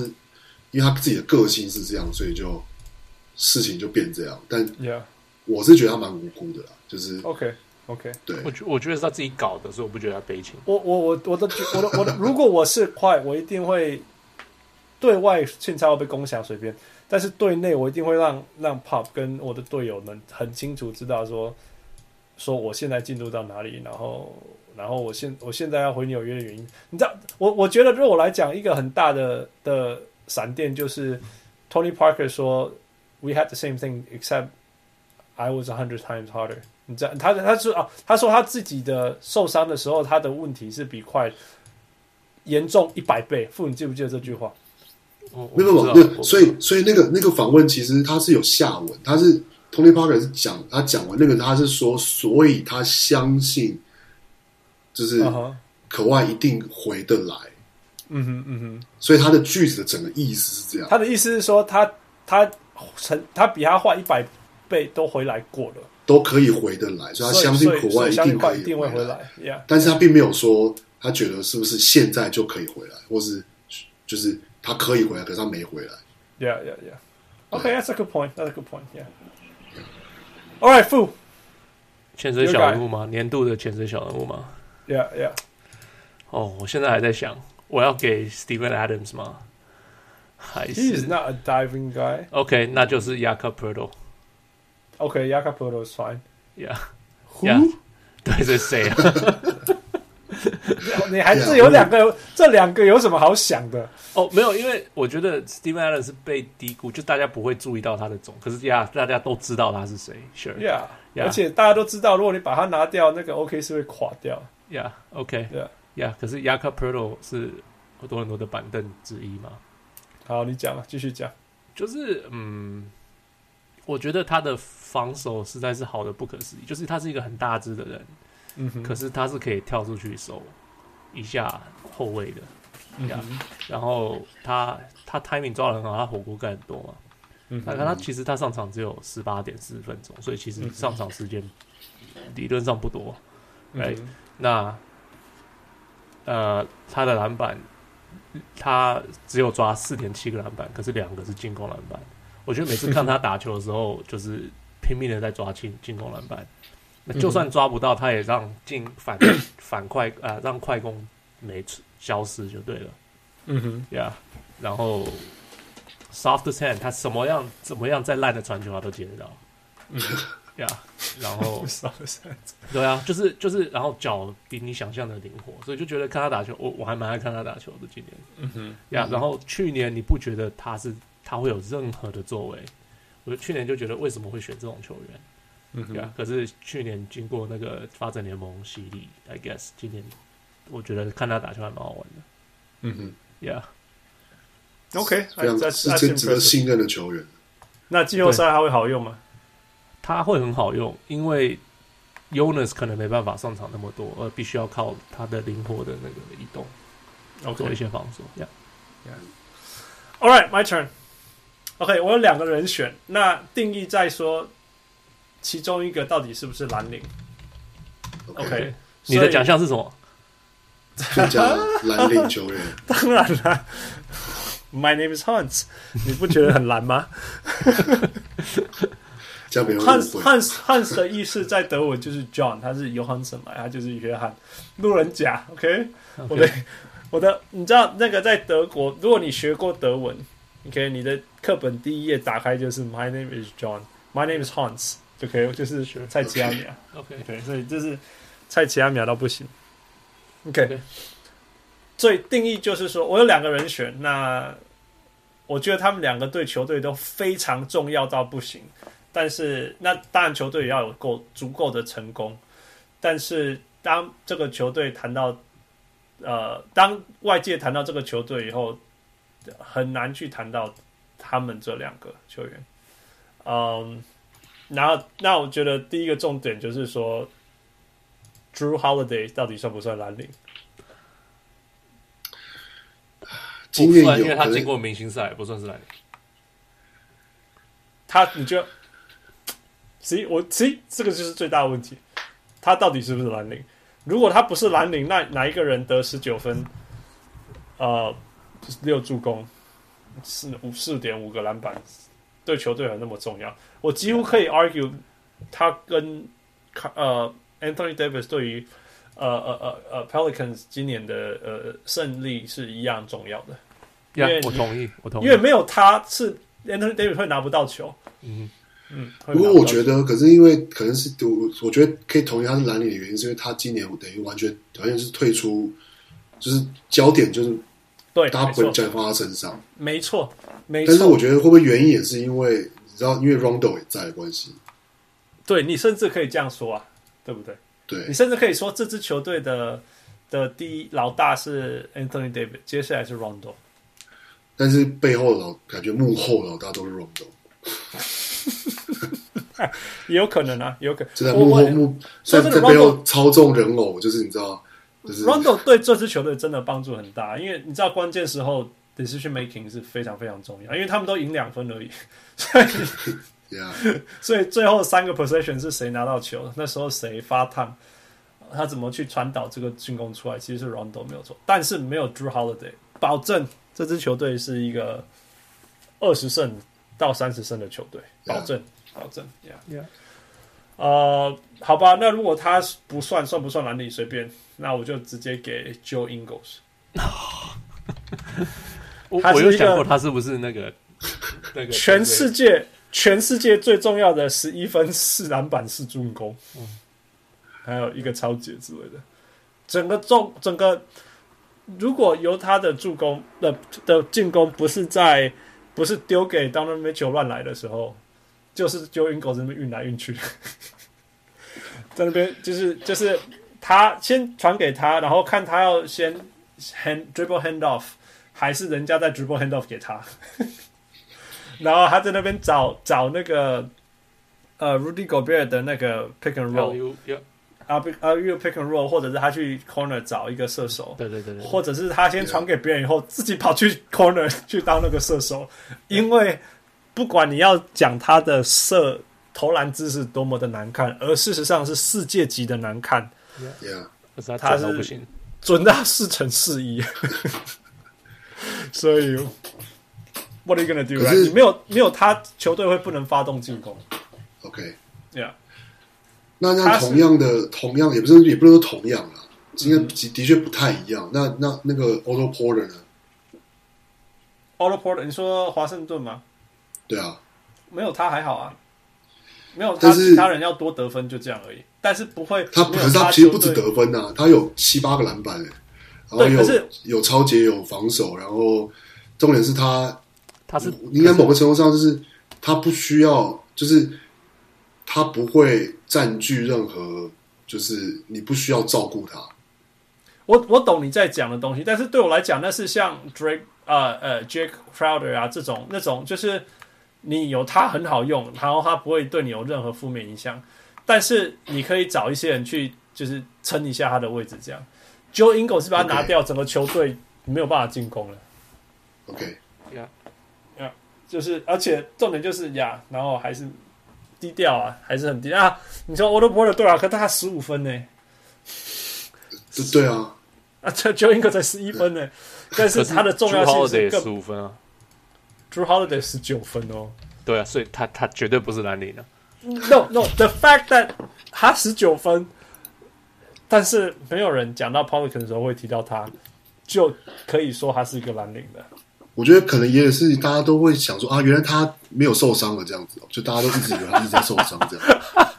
Speaker 3: 因为他自己的个性是这样，所以就事情就变这样。但
Speaker 1: Yeah，OK，OK，、
Speaker 3: 我是觉得他蛮无辜的啦，
Speaker 1: 哦
Speaker 3: 就是对，
Speaker 2: 我觉我觉得是他自己搞的，所以我不觉得他悲情。
Speaker 1: 我我我我的我的我的，如果我是快，我一定会对外现在会被攻下水边，但是对内我一定会让让 Pop 跟我的队友们很清楚知道说说我现在进度到哪里，然后然后我现我现在要回纽约的原因，你知道，我我觉得对我来讲一个很大的的闪电就是 Tony Parker 说 We had the same thing except I was a hundred times harder。你知道，他他说啊，他说他自己的受伤的时候，他的问题是比快严重一百倍。父，你记不记得这句话？
Speaker 2: 我我
Speaker 3: 没有
Speaker 2: 不
Speaker 3: 没
Speaker 2: 知
Speaker 3: 有
Speaker 2: 道我
Speaker 3: 没有，所以所以那个那个访问其实他是有下文，他是 Tony Parker 是讲他讲完那个他是说，所以他相信就是
Speaker 1: 嗯哼，
Speaker 3: 可外一定回得来，
Speaker 1: 嗯哼，嗯哼。
Speaker 3: 所以他的句子的整个意思是这样。
Speaker 1: 他的意思是说他，他成他比他坏一百倍都回来过了，
Speaker 3: 都可以回得来，所以他
Speaker 1: 所以
Speaker 3: 相信
Speaker 1: 所以
Speaker 3: 口
Speaker 1: 所
Speaker 3: 外
Speaker 1: 以
Speaker 3: 一
Speaker 1: 相信
Speaker 3: 定
Speaker 1: 快
Speaker 3: 可
Speaker 1: 一
Speaker 3: 以
Speaker 1: 定会回
Speaker 3: 来，
Speaker 1: 来。Yeah，
Speaker 3: 但是他并没有说他觉得是不是现在就可以回来，或是就是他可以回来，可是他没回来。
Speaker 1: yeah, yeah, yeah. Okay, that's a good point. That's a good point. Yeah. All right, Fu.
Speaker 2: 潜水小人物吗？年度的潜水小人物吗？
Speaker 1: Yeah, yeah.
Speaker 2: 哦，我现在还在想，我要给 Steven Adams 吗？还
Speaker 1: He is
Speaker 2: 是
Speaker 1: not a diving guy.
Speaker 2: OK？那就是 Yaka Perdo。
Speaker 1: Okay, Yakapoto is fine.
Speaker 2: Yeah，
Speaker 1: Who?
Speaker 2: Yeah. 对，这是谁啊？
Speaker 1: 你还是有两个，这两个有什么好想的？
Speaker 2: 哦，没有，因为我觉得 Steven Adams 是被低估，就大家不会注意到他的种，可是呀，大家都知道他是谁。Sure，Yeah，OK，、
Speaker 1: Yeah，,
Speaker 2: Yeah.
Speaker 1: 而且大家都知道，如果你把它拿掉，那个 OK 是会垮掉。
Speaker 2: OK
Speaker 1: Yeah，
Speaker 2: Yeah，可是 Yaka Perdo 是很多很多的板凳之一嘛，
Speaker 1: 好，你讲了，继续讲。
Speaker 2: 就是嗯，我觉得他的防守实在是好的不可思议，就是他是一个很大只的人，
Speaker 1: 嗯哼，
Speaker 2: 可是他是可以跳出去守一下后卫的，
Speaker 1: 嗯
Speaker 2: Yeah
Speaker 1: 哼，
Speaker 2: 然后他他 timing 抓的很好，他火锅盖很多嘛，
Speaker 1: 嗯
Speaker 2: 那
Speaker 1: 哼，
Speaker 2: 看他其实他上场只有十八点四分钟，所以其实上场时间理论上不多。
Speaker 1: 嗯
Speaker 2: right
Speaker 1: 哼
Speaker 2: 那呃，他的篮板他只有抓四点七个篮板，可是两个是进攻篮板。我觉得每次看他打球的时候，就是拼命的在抓进进攻篮板。那就算抓不到，他也让进反 反快啊、让快攻没消失就对了。
Speaker 1: 嗯哼，
Speaker 2: Yeah，然后 soft hand，他什么样怎么样再烂的传球他都接得到。Yeah，然 后
Speaker 1: 不知道是
Speaker 2: 对啊，就是就是，然后脚比你想象的灵活，所以就觉得看他打球，我我还蛮爱看他打球的。今年
Speaker 1: 嗯哼，
Speaker 2: 呀然后去年你不觉得他是他会有任何的作为？我去年就觉得为什么会选这种球员？
Speaker 1: 嗯
Speaker 2: 对啊
Speaker 1: 哼，，
Speaker 2: 可是去年经过那个发展联盟洗礼，I guess 今年我觉得看他打球还蛮好玩的。
Speaker 1: 嗯哼。
Speaker 2: Yeah，
Speaker 1: OK，哎
Speaker 3: 非常是真值得信任的球员。
Speaker 1: 那季后赛还会好用吗？
Speaker 2: 他会很好用，因为 Jonas 可能没办法上场那么多，而必须要靠他的灵活的那个移动做一些防守。Yeah，
Speaker 1: All right, my turn. OK，我有两个人选，那定义在说其中一个到底是不是蓝领
Speaker 3: OK，
Speaker 1: ？OK，
Speaker 2: 你
Speaker 1: 所
Speaker 2: 的
Speaker 1: 以
Speaker 2: 奖项是什么？
Speaker 3: 就讲蓝领球员，
Speaker 1: 当然 啦。My name is Hans，你不觉得很蓝吗
Speaker 3: 这样别人会
Speaker 1: ？Hans
Speaker 3: 误会。
Speaker 1: Hans Hans 的意思在德文就是 John，他是 Johansen 嘛，他就是约翰，路人甲。OK，我的
Speaker 2: OK，
Speaker 1: 我的，你知道那个在德国，如果你学过德文，OK，你的课本第一页打开就是 My name is John，My name is Hans，就可以，就是蔡奇亚米亚
Speaker 2: OK，
Speaker 1: ，OK，所以就是蔡奇亚米亚到不行，OK，
Speaker 2: OK
Speaker 1: 所以定义就是说我有两个人选，那我觉得他们两个对球队都非常重要到不行，但是那当然球队也要有够足够的成功，但是当这个球队谈到呃，当外界谈到这个球队以后，很难去谈到他们这两个球员。嗯，然后那我觉得第一个重点就是说，Drew Holiday 到底算不算蓝领？
Speaker 3: 今年
Speaker 2: 不算因
Speaker 3: 有
Speaker 2: 为他
Speaker 3: 可
Speaker 2: 进
Speaker 3: 能
Speaker 2: 过明星赛，不算是来。
Speaker 1: 他你觉得？其我其这个就是最大的问题，他到底是不是蓝领？如果他不是蓝领，那哪一个人得十九分，呃，六助攻，四五四点五个篮板，对球队有那么重要？我几乎可以 argue，他跟卡呃 Anthony Davis 对于呃呃呃呃 Pelicans 今年的呃胜利是一样重要的，因为
Speaker 2: Yeah，我同意，我同意
Speaker 1: 因。为没有他是 Anthony Davis 会拿不到球。
Speaker 2: 嗯
Speaker 1: 嗯，
Speaker 3: 不过我觉得，可是因为可能是我，我觉得可以同意他是蓝领的原因，是因为他今年等于完全完全是退出，就是焦点就是
Speaker 1: 对，
Speaker 3: 大
Speaker 1: 哎
Speaker 3: 家
Speaker 1: 没
Speaker 3: 不会
Speaker 1: 错，
Speaker 3: 讲放他身上。
Speaker 1: 没错，没
Speaker 3: 但是我
Speaker 1: 错。
Speaker 3: 觉得会不会原因也是因为你知道，因为 Rondo 也在的关系，
Speaker 1: 对你甚至可以这样说啊，对不对？你
Speaker 3: 对
Speaker 1: 甚至可以说这支球队的的第一老大是 Anthony Davis，接下来是 Rondo。
Speaker 3: 但是背后的老感觉幕后老大都是 Rondo，
Speaker 1: 也有可能啊，也有可
Speaker 3: 就在
Speaker 1: 能。我
Speaker 3: 幕后
Speaker 1: 我
Speaker 3: 幕虽
Speaker 1: 说真
Speaker 3: 然在
Speaker 1: 的
Speaker 3: 背
Speaker 1: Rondo-
Speaker 3: 后操纵人偶，就是你知道，就是
Speaker 1: Rondo 对这支球队真的帮助很大，因为你知道关键时候 decision making 是非常非常重要，因为他们都赢两分而已，所以
Speaker 3: yeah，
Speaker 1: 所以最后三个 possession 是谁拿到球，那时候谁发烫，他怎么去传导这个进攻出来，其实是 Rondo 没有错，但是没有 Drew Holiday，保证这支球队是一个二十胜到三十胜的球队，保证保证，Yeah。
Speaker 2: Yeah
Speaker 1: 呃，好吧，那如果他不算，算不算蓝领？随便，那我就直接给 Joe Ingles。
Speaker 2: 我
Speaker 1: 他是
Speaker 2: 我有
Speaker 1: 一个
Speaker 2: 想过他是不是那个那个
Speaker 1: 全世界全世界最重要的十一分四篮板四助攻，还有一个超解之类的，整个中整个如果由他的助攻的的进攻不是在不是丢给 Donovan Mitchell 乱来的时候，就是就 i n g l e s 那边运来运去， 在那边就是就是他先传给他，然后看他要先 hand dribble hand off，还是人家在 dribble hand off 给他。 然后他在那边找找那个呃 Rudy Gobert 的那个 pick and roll，
Speaker 2: 有有
Speaker 1: 啊不啊又 pick and roll，或者是他去 corner 找一个射手，
Speaker 2: 对对对对，
Speaker 1: 或者是他先传给别人以后
Speaker 3: 啊
Speaker 1: 自己跑去 corner 去当那个射手，因为不管你要讲他的射投篮姿势多么的难看，而事实上是世界级的难看，
Speaker 3: Yeah，
Speaker 2: 可是他
Speaker 1: 他
Speaker 2: 转头
Speaker 1: 是
Speaker 2: 不行，
Speaker 1: 准到四乘四一， 所以 what are you gonna do？
Speaker 3: 可
Speaker 1: right？
Speaker 3: 是
Speaker 1: 你没有没有他，球队会不能发动进攻。
Speaker 3: OK。
Speaker 1: Yeah，
Speaker 3: 那
Speaker 1: 他
Speaker 3: 那
Speaker 1: 是嗯
Speaker 3: 同样的，同样也不是也不能说同样啦，应该的的确不太一样。那那那个 Otto Porter 呢？
Speaker 1: Otto Porter，你说华盛顿吗？
Speaker 3: 对啊，
Speaker 1: 没有他还好啊，没有他
Speaker 3: 但是
Speaker 1: 其他人要多得分就这样而已，但是不会
Speaker 3: 他
Speaker 1: 没
Speaker 3: 可
Speaker 1: 有
Speaker 3: 是他
Speaker 1: 他
Speaker 3: 其实不止
Speaker 1: 球队
Speaker 3: 得分呐、他有七八个篮板诶、然后
Speaker 1: 对可是
Speaker 3: 有有超节，有防守，然后重点是他
Speaker 2: 他是
Speaker 3: 应该某个程度上就是他不需要，就是他不会占据任何，就是你不需要照顾他。
Speaker 1: 我我懂你在讲的东西，但是对我来讲，那是像 Drake 呃呃 Jake Crowder 啊这种那种，就是你有他很好用，然后他不会对你有任何负面影响，但是你可以找一些人去就是撑一下他的位置，这样。Joe Ingles 是把他拿
Speaker 3: OK
Speaker 1: 掉整个球队没有办法进攻了。
Speaker 3: OK，
Speaker 1: 就是而且重点就是呀，然后还是低调啊，还是很低啊。你说 o l d b o y 对啊，可是他十五分呢，
Speaker 3: 对对啊，
Speaker 1: 啊，这 Joe i n g 才十一分呢，但是他的重要性是
Speaker 2: 十
Speaker 1: 更
Speaker 2: 五分啊，
Speaker 1: Drew Holiday 十九分哦。
Speaker 2: 对啊，所以他他绝对不是蓝领啊，
Speaker 1: No no，the fact that 他十九分，但是没有人讲到 Public 的时候会提到他，就可以说他是一个蓝领的。
Speaker 3: 我觉得可能也是大家都会想说啊，原来他没有受伤了这样子哦，就大家都一直以为他一直在受伤这样，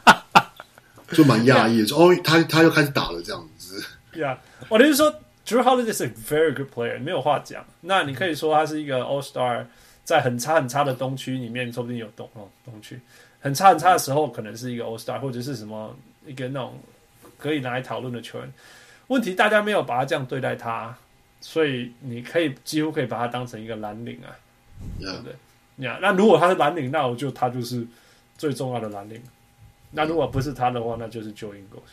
Speaker 3: 就蛮讶异的，就哦，他他又开始打了这样子。
Speaker 1: Yeah，我的意思是说，Drew Holiday 是 a very good player，没有话讲。那你可以说他是一个 All Star，在很差很差的东区里面，说不定有东哦东区很差很差的时候，可能是一个 All Star，或者是什么一个那种可以拿来讨论的球员。问题大家没有把他这样对待他，所以你可以几乎可以把他当成一个蓝领啊。
Speaker 3: Yeah,
Speaker 1: 呀，那如果他是蓝领，那我就他就是最重要的蓝领。那如果不是他的话，那就是 Joe Ingles。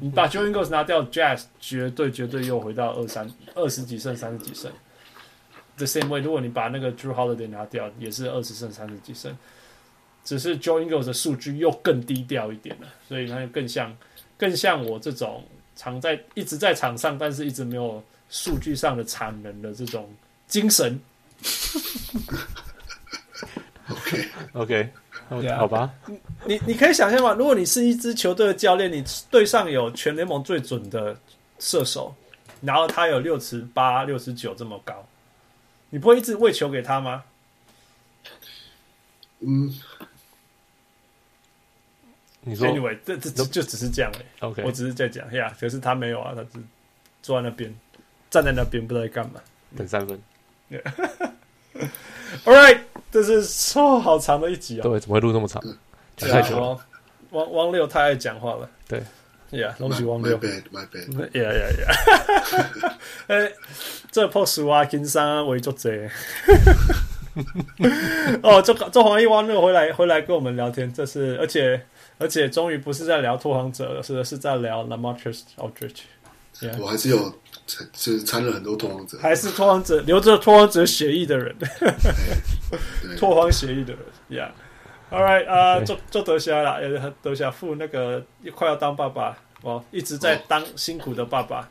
Speaker 1: 你把 Joe Ingles 拿掉，Jazz 绝对绝对又回到二三二十几胜三十几胜。The same way，如果你把那个 Drew Holiday 拿掉，也是二十胜三十几胜。只是 Joe Ingles 的数据又更低调一点了，所以他就更像更像我这种常在一直在场上，但是一直没有数据上的产能的这种精神。
Speaker 3: OK，
Speaker 2: ，OK，好
Speaker 1: 对啊
Speaker 2: 好吧，
Speaker 1: 你你可以想象吗？如果你是一支球队的教练，你队上有全联盟最准的射手，然后他有六尺八、六尺九这么高，你不会一直喂球给他吗？
Speaker 3: 嗯，
Speaker 2: 你说
Speaker 1: Anyway，这这这就只是这样哎、
Speaker 2: OK，
Speaker 1: 我只是在讲呀可是他没有啊，他只坐在那边，站在那边不知道在干嘛。
Speaker 2: 等三分，
Speaker 1: All right，这是说好长的一集啊、
Speaker 2: 对，怎么会录那么长？讲
Speaker 1: 对
Speaker 2: 太
Speaker 1: 啊，
Speaker 2: 久了，
Speaker 1: 王汪汪六太爱讲话了，
Speaker 2: 对，啊
Speaker 1: 呀、yeah,，恭喜汪
Speaker 3: my
Speaker 1: 六
Speaker 3: my。bad, my bad。
Speaker 1: 呀呀呀！ 哎，这棵树啊，金山为作者。 哦，这个这黄一汪六回来回来跟我们聊天，这是而且而且终于不是在聊拓荒者了，是是在聊 Lamarcus Aldridge，
Speaker 3: 我还是有参，就是参了很多拓荒者，
Speaker 1: 还是拓荒者留着拓荒者协议的人， 拓荒协议的人呀。Yeah. All right，啊、
Speaker 2: 对
Speaker 1: 做做德霞啦，呃，德霞父那个快要当爸爸，哦，一直在
Speaker 3: 哦
Speaker 1: 当辛苦的爸 爸，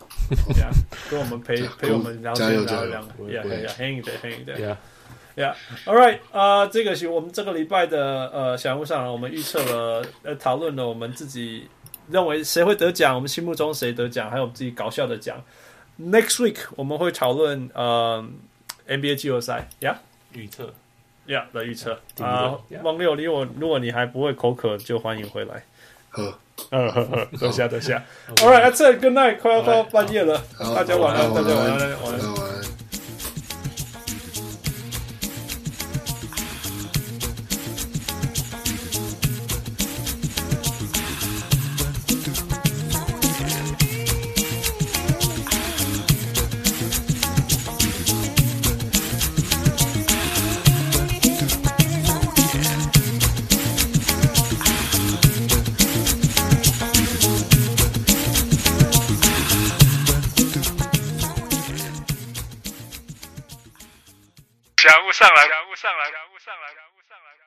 Speaker 1: 这样跟我们陪
Speaker 3: 加油
Speaker 1: 陪我们聊天
Speaker 3: 加油
Speaker 1: 聊一聊，Yeah
Speaker 2: 油
Speaker 3: 加
Speaker 2: 不会
Speaker 1: Yeah Hang there，Hang there。
Speaker 2: 对啊，
Speaker 1: Yeah，All right，啊、这个是我们这个礼拜的呃小人物上篮，我们预测了，呃，讨论了我们自己认为谁会得奖，我们心目中谁得奖，还有我们自己搞笑的奖。Next week 我们会讨论呃 NBA 季后赛呀
Speaker 2: 预测。
Speaker 1: 呀的预测
Speaker 2: 顶着
Speaker 1: 啊
Speaker 2: Yeah.，
Speaker 1: 王六，你我如果你还不会口渴，就欢迎回来。
Speaker 3: 呵，
Speaker 1: 嗯，呵呵，等下等下，All right，that's it，good night，快要到半夜了，
Speaker 3: 好
Speaker 1: 大家晚安，
Speaker 3: 好
Speaker 1: 大家晚
Speaker 3: 晚
Speaker 1: 安，大
Speaker 3: 安
Speaker 1: 家晚安。
Speaker 3: 那晚安。
Speaker 4: 侠务上来，侠务上来，侠务上来，侠务上来。